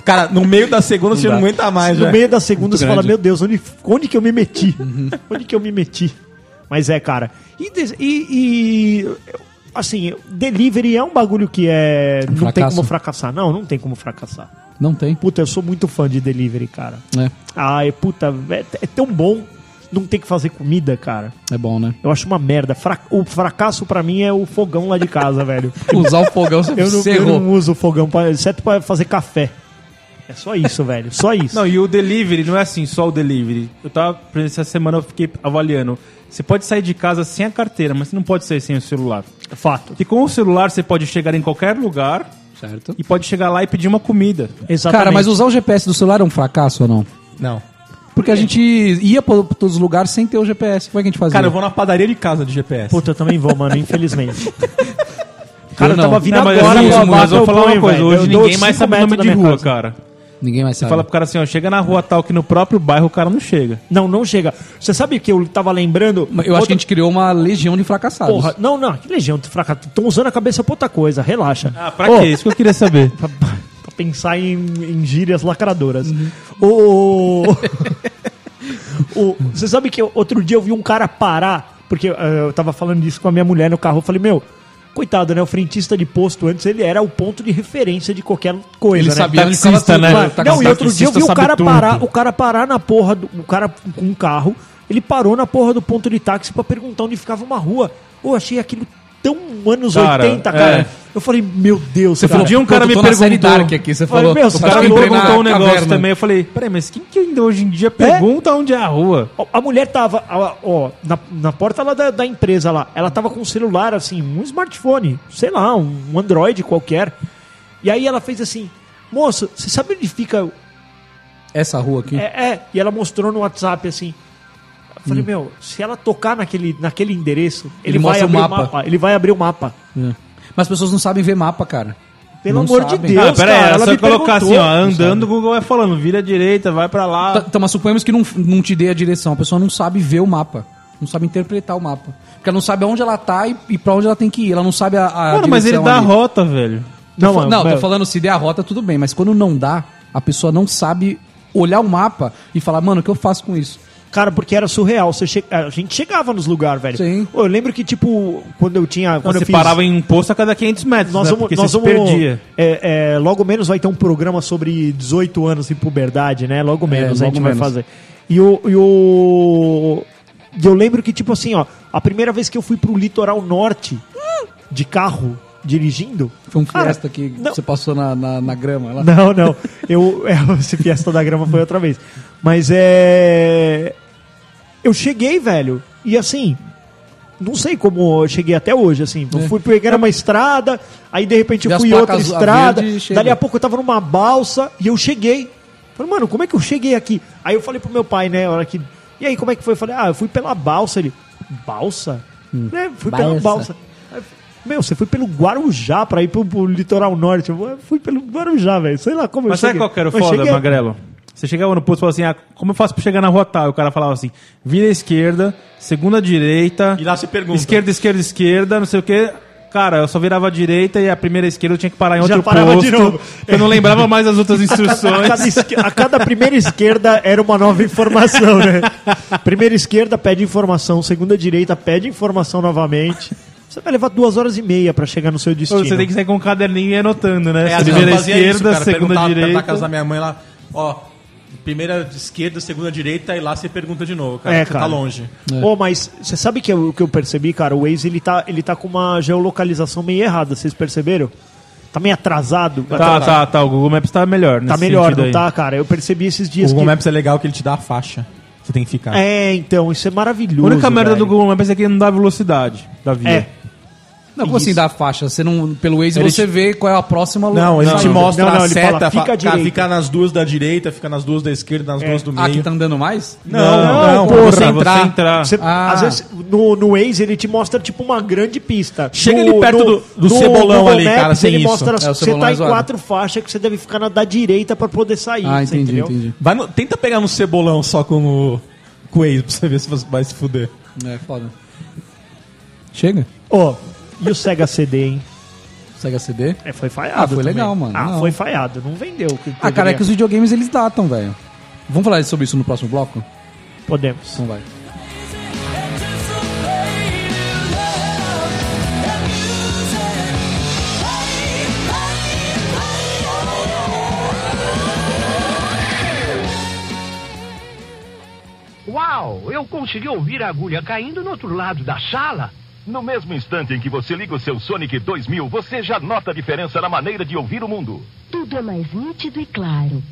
Cara, no meio da segunda Não você dá. não aguenta mais, No velho. meio da segunda é Muito você fala, grande. meu Uhum. Deus, onde, onde que eu me meti? onde que eu me meti? Mas é, cara. E, des- e- e, assim, delivery é um bagulho que é. não tem fracasso. como fracassar. Não, não tem como fracassar. Não tem. Puta, eu sou muito fã de delivery, cara. É. Ai, puta, é, é tão bom não ter que fazer comida, cara. É bom, né? Eu acho uma merda. Fra- o fracasso pra mim é o fogão lá de casa, velho. Usar o fogão, você Eu não, eu ferrou. não uso o fogão, pra, exceto pra fazer café. É só isso, velho. Só isso. Não, e o delivery não é assim, só o delivery. Eu tava, por exemplo, essa semana eu fiquei avaliando. Você pode sair de casa sem a carteira, mas você não pode sair sem o celular. Fato. Porque com o celular você pode chegar em qualquer lugar certo. e pode chegar lá e pedir uma comida. Exatamente. Cara, mas usar o GPS do celular é um fracasso ou não? Não. Porque a gente ia pra pra todos os lugares sem ter o GPS. Como é que a gente fazia? Cara, eu vou na padaria de casa de GPS. Puta, eu também vou, mano, infelizmente. Cara, eu não. tava vindo Não, mas agora, assim, pô, mas eu eu vou falar uma ponho, coisa. velho. Hoje Eu dou ninguém mais cinco sabe o nome metros de da minha rua, casa. cara. Ninguém mais Você sabe. fala pro cara assim, ó, chega na rua tal, que no próprio bairro o cara não chega. Não, não chega. Você sabe que eu tava lembrando? Mas Eu acho que a gente criou uma legião de fracassados. Porra, não, não, que legião, tu fraca. Estão usando a cabeça pra outra coisa, relaxa. Ah, pra quê? Isso que eu queria saber. Pra, pra pensar em, em gírias lacradoras. O. o- Você sabe que eu- outro dia eu vi um cara parar, porque eh, eu tava falando disso com a minha mulher no carro, eu falei, meu. Coitado, né? O frentista de posto antes, ele era o ponto de referência de qualquer coisa. Ele né? sabia onde ficava Taxista, tudo, né? mano. Não, e Tá Taxista. outro dia eu vi o sabe cara tudo. parar, o cara parar na porra do o cara com um carro, ele parou na porra do ponto de táxi pra perguntar onde ficava uma rua. Eu achei aquilo tão anos Cara, 80, cara. é. Eu falei, meu Deus, Você cara. falou, dia um cara "Pô, me tô na série perguntou- Dark aqui, você Falei, falou. meu, "Tô esse O Tá cara me achando que eu louco. perguntou um entrei na negócio caverna." também, eu falei, peraí, mas quem que ainda hoje em dia pergunta onde é a rua? Ó, A mulher tava, ó, ó, na, na porta lá da, da empresa lá, ela tava com um celular, assim, um smartphone, sei lá, um, um Android qualquer. E aí ela fez assim, moço, você sabe onde fica Essa rua aqui. É, é. E ela mostrou no WhatsApp assim. Eu falei, meu, se ela tocar naquele, naquele endereço, ele, Hum. Ele vai mostra o abrir o mapa. mapa. Ele vai abrir o mapa. Mas as pessoas não sabem ver mapa, cara. Pelo Não amor sabem. de Deus, ah, pera aí, cara, era ela só me colocar assim, perguntou. ó, andando, o Google vai falando, vira à direita, vai pra lá. Tá, tá, mas suponhamos que não, não te dê a direção. A pessoa não sabe ver o mapa. Não sabe interpretar o mapa. Porque ela não sabe aonde ela tá e, e pra onde ela tem que ir. Ela não sabe a, a Mano, mas ele direção dá a ali. rota, velho. Não, mano, não, mas- tô falando se der a rota, tudo bem. Mas quando não dá, a pessoa não sabe olhar o mapa e falar, mano, o que eu faço com isso? Cara, porque era surreal. Você che- A gente chegava nos lugares, velho. Sim. Pô, Eu lembro que, tipo, quando eu tinha. Quando Você eu fiz... parava em um posto a cada 500 metros, Nós né? vamos. Porque Nós você vamos se perdia. é, é, logo menos vai ter um programa sobre 18 anos e puberdade, né? Logo menos a É, logo gente menos. vai fazer. E o. E o... e eu lembro que, tipo assim, ó, a primeira vez que eu fui pro litoral norte de carro, dirigindo. Foi um cara, fiesta que não- você passou na, na, na grama lá. não, não. Eu, é, esse Fiesta da Grama foi outra vez. Mas é. Eu cheguei, velho, e assim. Não sei como eu cheguei até hoje, assim. Eu fui pegar uma estrada, aí de repente É. Vê eu as fui em outra placas, a estrada. verde, chega. Dali a pouco eu tava numa balsa e eu cheguei. Falei, mano, como é que eu cheguei aqui? Aí eu falei pro meu pai, né, a hora que. E aí, como é que foi? Eu falei, ah, eu fui pela balsa. Ele, balsa? Né, fui pela Hum. balsa. balsa. Aí eu falei, Meu, você foi pelo Guarujá pra ir pro, pro litoral norte. Eu fui pelo Guarujá, velho. Sei lá como eu Mas sabe cheguei. qual que era o Eu foda, cheguei- Magrelo? Você chegava no posto e falava assim, ah, como eu faço pra chegar na rua tal? E o cara falava assim, vira à esquerda, segunda à direita... E lá se pergunta. Esquerda, esquerda, esquerda, não sei o quê. Cara, eu só virava à direita e a primeira esquerda eu tinha que parar em Já outro parava posto. de novo. Eu não lembrava mais as outras A instruções. cada, esque- a cada primeira esquerda era uma nova informação, né? Primeira esquerda pede informação, segunda direita pede informação novamente. Você Você vai levar duas horas e meia pra chegar no seu destino. Você tem que sair com um caderninho e ir anotando, né? É, a primeira fazia esquerda, isso, cara. segunda Perguntava perto direita. Da casa da minha mãe lá, ó, primeira esquerda, segunda direita, e lá você pergunta de novo, cara. É, você cara. Tá longe. Ô, mas você sabe que eu- o que eu percebi, cara? O Waze, ele tá, ele tá com uma geolocalização meio errada, vocês perceberam? Tá meio atrasado. Tá, tá, tá. O Google Maps tá melhor. Tá nesse melhor, sentido não aí. tá, cara? Eu percebi esses O dias Google que... Maps é legal que ele te dá a faixa. Você tem que ficar. É, então, isso é A maravilhoso. única merda velho. do Google Maps é que ele não dá velocidade da via. É. Não, como assim dá a faixa? Você não, pelo Waze Ele você vê qual é a próxima Não, ele saída. te mostra Não, não, a ele seta. fala, fa- fica à cara, direita. fica É, nas duas da direita, fica nas duas da esquerda, nas duas do meio. Ah, que tá andando mais? Não, não, Não, pra porra, você entrar. Você- Ah. Às vezes, no, no Waze, ele te mostra, tipo, uma grande pista. Chega No- ali perto no- do- do no cebolão Google ali, Maps, cara, sem ele isso. mostra, É, o você cebolão tá é em zoado. quatro faixas que você deve ficar na da direita pra poder sair. Ah, você entendi, entendeu? entendi. Vai no- tenta pegar no cebolão só como com o Waze pra você ver se você vai se fuder. É, foda. Chega. Ó, e o Sega CD, hein? Sega CD? É, foi falhado. Ah, foi também. legal, mano. Ah, Não. foi falhado. Não vendeu. o que Ah, cara, é deveria. que os videogames eles datam, velho. Vamos falar sobre isso no próximo bloco? Podemos. Então vai. Uau, eu consegui ouvir a agulha caindo no outro lado da sala. No mesmo instante em que você liga o seu Sonic 2000, você já nota a diferença na maneira de ouvir o mundo. Tudo é mais nítido e claro.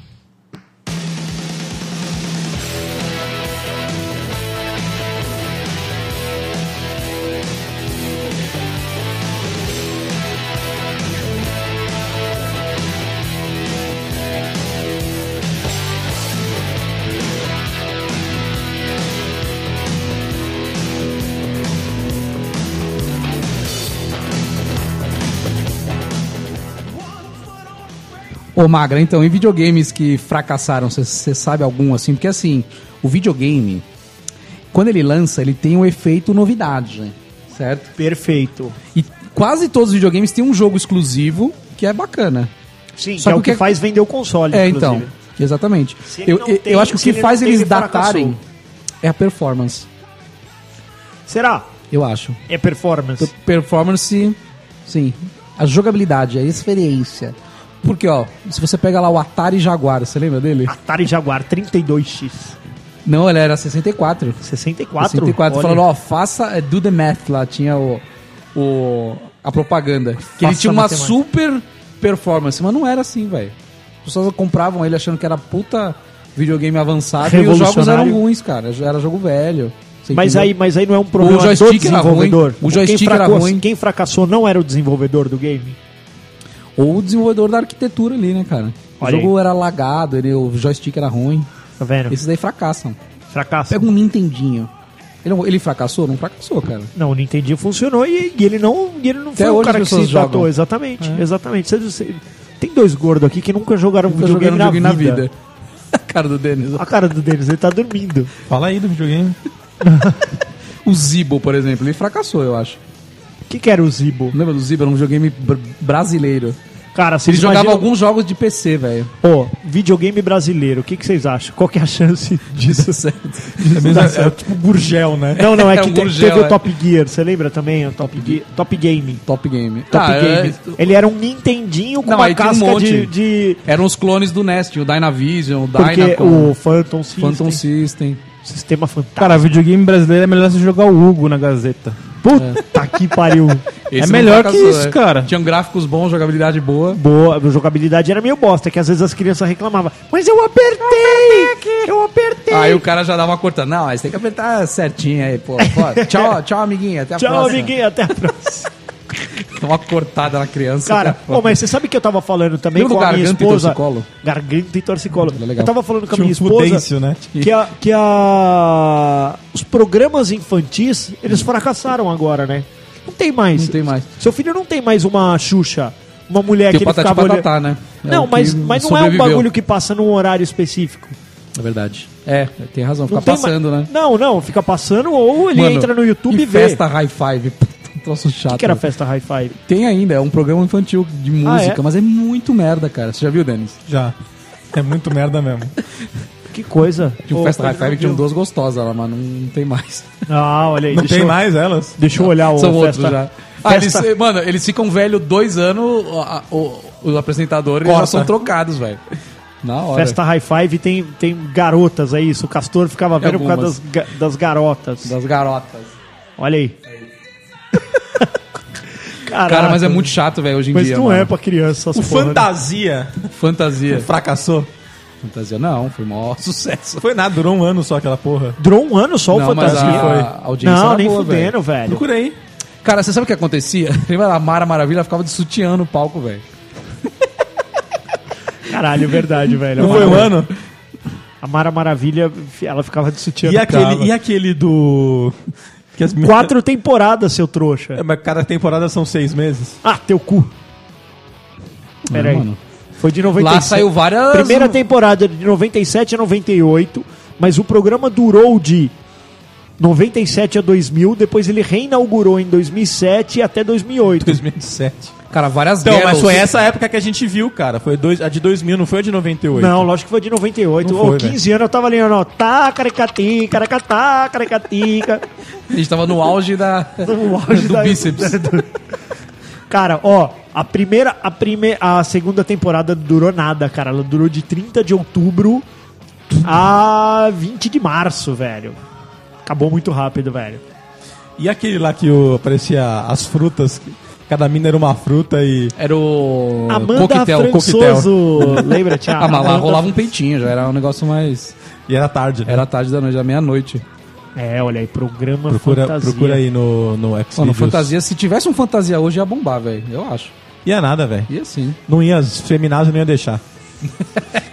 Ô, Magra, então, em videogames que fracassaram, você sabe algum assim? Porque assim, o videogame, quando ele lança, ele tem o efeito novidade, né? certo? Perfeito. E quase todos os videogames têm um jogo exclusivo que é bacana. Sim, que é o que faz vender o console, É, inclusive. então, exatamente. Se ele Eu, não eu, tem- eu acho que o se que ele faz não tem, eles ele fracassou. datarem é a performance, Será? eu acho. É performance. Performance, sim. A jogabilidade, a experiência. Porque, ó, se você pega lá o Atari Jaguar, você lembra dele? Atari Jaguar 32X. Não, ele era 64. 64? 64. Olha. Falando, ó, faça, é, do the math lá, tinha o, o a propaganda. Que ele Faça tinha uma matemática. super performance, mas não era assim, velho. As pessoas compravam ele achando que era puta videogame avançado e os jogos eram Revolucionário. ruins, cara. Era jogo velho. Você Mas entendeu? aí, mas aí não é um problema O joystick do era ruim. desenvolvedor. O joystick quem era fracassou- ruim. Quem fracassou não era o desenvolvedor do game? Ou o desenvolvedor da arquitetura ali, né, cara? Olha o jogo era lagado, ele, o joystick era ruim. Tá vendo? Esses daí fracassam. Fracassam. Pega um Nintendinho. Ele, ele fracassou? Não fracassou, cara. Não, o Nintendinho funcionou e, e ele não, e ele não um- Até foi hoje o as cara que pessoas se jogam. É. tratou. Exatamente, exatamente. Você- você- tem dois gordos aqui que nunca jogaram videogame, tá jogando videogame na, na vida. vida. A cara do Denis. A cara do Denis, ele tá dormindo. Fala aí do videogame. O Zibo, por exemplo, ele fracassou, eu acho. O que, que era o Zibo? Lembra do Zibo? Era um videogame br- brasileiro. Cara, vocês Ele jogava imaginam- alguns jogos de PC, velho. Pô, videogame brasileiro, o que, que vocês acham? Qual que é a chance disso? É, Não mesmo, dá é, é certo. tipo Burgel, né? Não, não, é, É que um te- Gurgel, teve é. o Top Gear, você lembra também? O Top, Gear- Top Game. Top Game. Top é. Game. Ele era um Nintendinho com uma um casca de, de- Eram os clones do Nest, tinha o Dynavision, o Porque Dynacon, o Phantom System... Phantom System. Sistema fantástico. Cara, videogame brasileiro é melhor você jogar o Hugo na Gazeta. Puta que pariu. Esse é não melhor que fracassou, isso, é. cara. Tinham gráficos bons, jogabilidade boa. Boa, a jogabilidade era meio bosta, que às vezes as crianças reclamavam. Mas eu apertei! Eu apertei! Aí o cara já dava uma cortada. Não, aí você tem que apertar certinho aí, pô. Pô, Tchau, tchau, amiguinho. Até a Tchau, próxima. amiguinho, até a próxima. Dá uma cortada na criança. tá, Cara, pô. Tipo pô, mas é você sabe que eu tava falando também Lembra com do a minha um garganta e esposa? torcicolo? Garganta e torcicolo. legal. Eu tava falando com a Tinha minha um esposa Fudêncio, né? que, a, que a, os programas infantis, eles fracassaram agora, né? Não tem mais. Não tem mais. Seu filho não tem mais uma Xuxa, uma mulher que Tem o ele Patati ficava olhando. Patatá, né? É não, o que mas, mas não é um sobreviveu. bagulho que passa num horário específico. É verdade. É, tem razão. Fica Não tem passando, ma- né? Não, não, fica passando ou ele Mano, entra no YouTube e, vê. Festa High Five. Puta, um troço chato. O que, que era festa hi-fi? Tem ainda, é um programa infantil de música, Ah, é? mas é muito merda, cara. Você já viu, Denis? Já. É muito merda mesmo. Que coisa. Tinha um Ô, Festa High hoje Five não que tinham viu. duas gostosas lá, mas não, não tem mais. Ah, olha aí. Não deixa tem eu- mais elas? Deixa eu olhar o São outros festa. já. Ah, eles, testa- mano, eles ficam velho dois anos, a- a- o- os apresentadores Corta. já são trocados, velho. Na hora. Festa High Five tem, tem garotas, é isso. O Castor ficava velho por causa algumas. das, ga- das garotas. Das garotas. Olha aí. Cara, mas é muito chato, velho, hoje em Mas dia. não mano. é pra criança. essas O porra, né? Fantasia Fantasia. tá- fracassou. Fantasia não, foi maior sucesso. Foi nada, durou um ano só aquela porra. Durou um ano só Não, o mas Fantasia. a- a audiência não, era nem boa, fudendo, velho. velho. Procura aí. Cara, você sabe o que acontecia? Lembra da Mara Maravilha? Ela ficava de sutiã no palco, velho. Caralho, é verdade, velho. Não A foi um Mara- ano? A Mara Maravilha, ela ficava de sutiã. E no aquele, cava. e aquele do. que as meninas- Quatro temporadas, seu trouxa. É, mas cada temporada são seis meses. Ah, teu cu. Pera aí. mano. Foi de 97. Lá saiu várias- Primeira temporada de 97 a 98, mas o programa durou de 97 a 2000, depois ele reinaugurou em 2007 até 2008. 2007. Cara, várias Então, mas girls. foi essa época que a gente viu, cara. Foi dois, a de 2000, não foi a de 98. Não, lógico que foi de 98. Não Ô, foi, 15 anos eu tava lendo, ó, tá, caricatica, caracatá, caricatica. A gente tava no auge da... O auge do da- bíceps. Cara, ó, a primeira, a primeira, a segunda temporada não durou nada, cara. Ela durou de 30 de outubro a 20 de março, velho. Acabou muito rápido, velho. E aquele lá que o, aparecia as frutas. que Cada mina era uma fruta e. Era o... Amanda coquetel, coquetel. Françoso, lembra, Tiago? Ah, mas lá rolava um peitinho, já era um negócio mais... E era tarde, né? Era tarde da noite, já meia-noite. É, olha aí, programa Procura, fantasia. procura aí no, no x Mano, fantasia, se tivesse um fantasia hoje ia bombar, velho. Eu acho. assim. Ia é nada, velho. Ia sim. Não ia, as feminazes não ia deixar.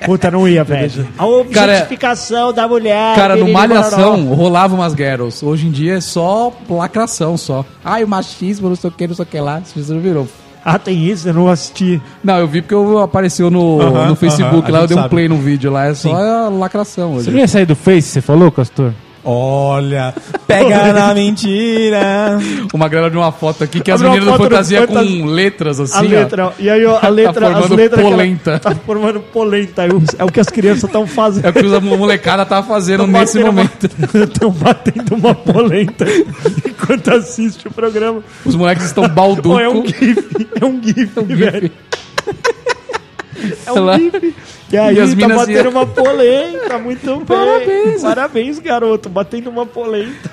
Puta, não ia, velho. A Cara, objetificação da mulher. Cara, no piriri, Malhação bororó. rolava umas girls. Hoje em dia é só lacração, só. Ai, o machismo, não sei o que, não sei o que lá. Isso já virou. Ah, tem isso? Eu não assisti. Não, eu vi porque eu- apareceu no, Aham, no Facebook aham, a lá, eu gente dei um sabe. play no vídeo lá. É só lacração Você hoje. não ia sair do Face, você falou, Castor? Olha, pega na mentira. Uma galera de uma foto aqui que as Abre uma meninas do foto do fantasia com Fantasia. letras assim. a letra, ó. E aí, ó, a letra, tá as formando letras. que ela- polenta. Tá formando polenta. É o- É o que as crianças estão fazendo. É o que a molecada tava fazendo Tão nesse batendo uma- momento. Estão batendo uma polenta enquanto assiste o programa. Os moleques estão balduco. Ó, é um gif, é um gif, velho. É um gif. E aí E as tá minas batendo ia- uma polenta, muito bem. Parabéns. Parabéns, garoto, batendo uma polenta.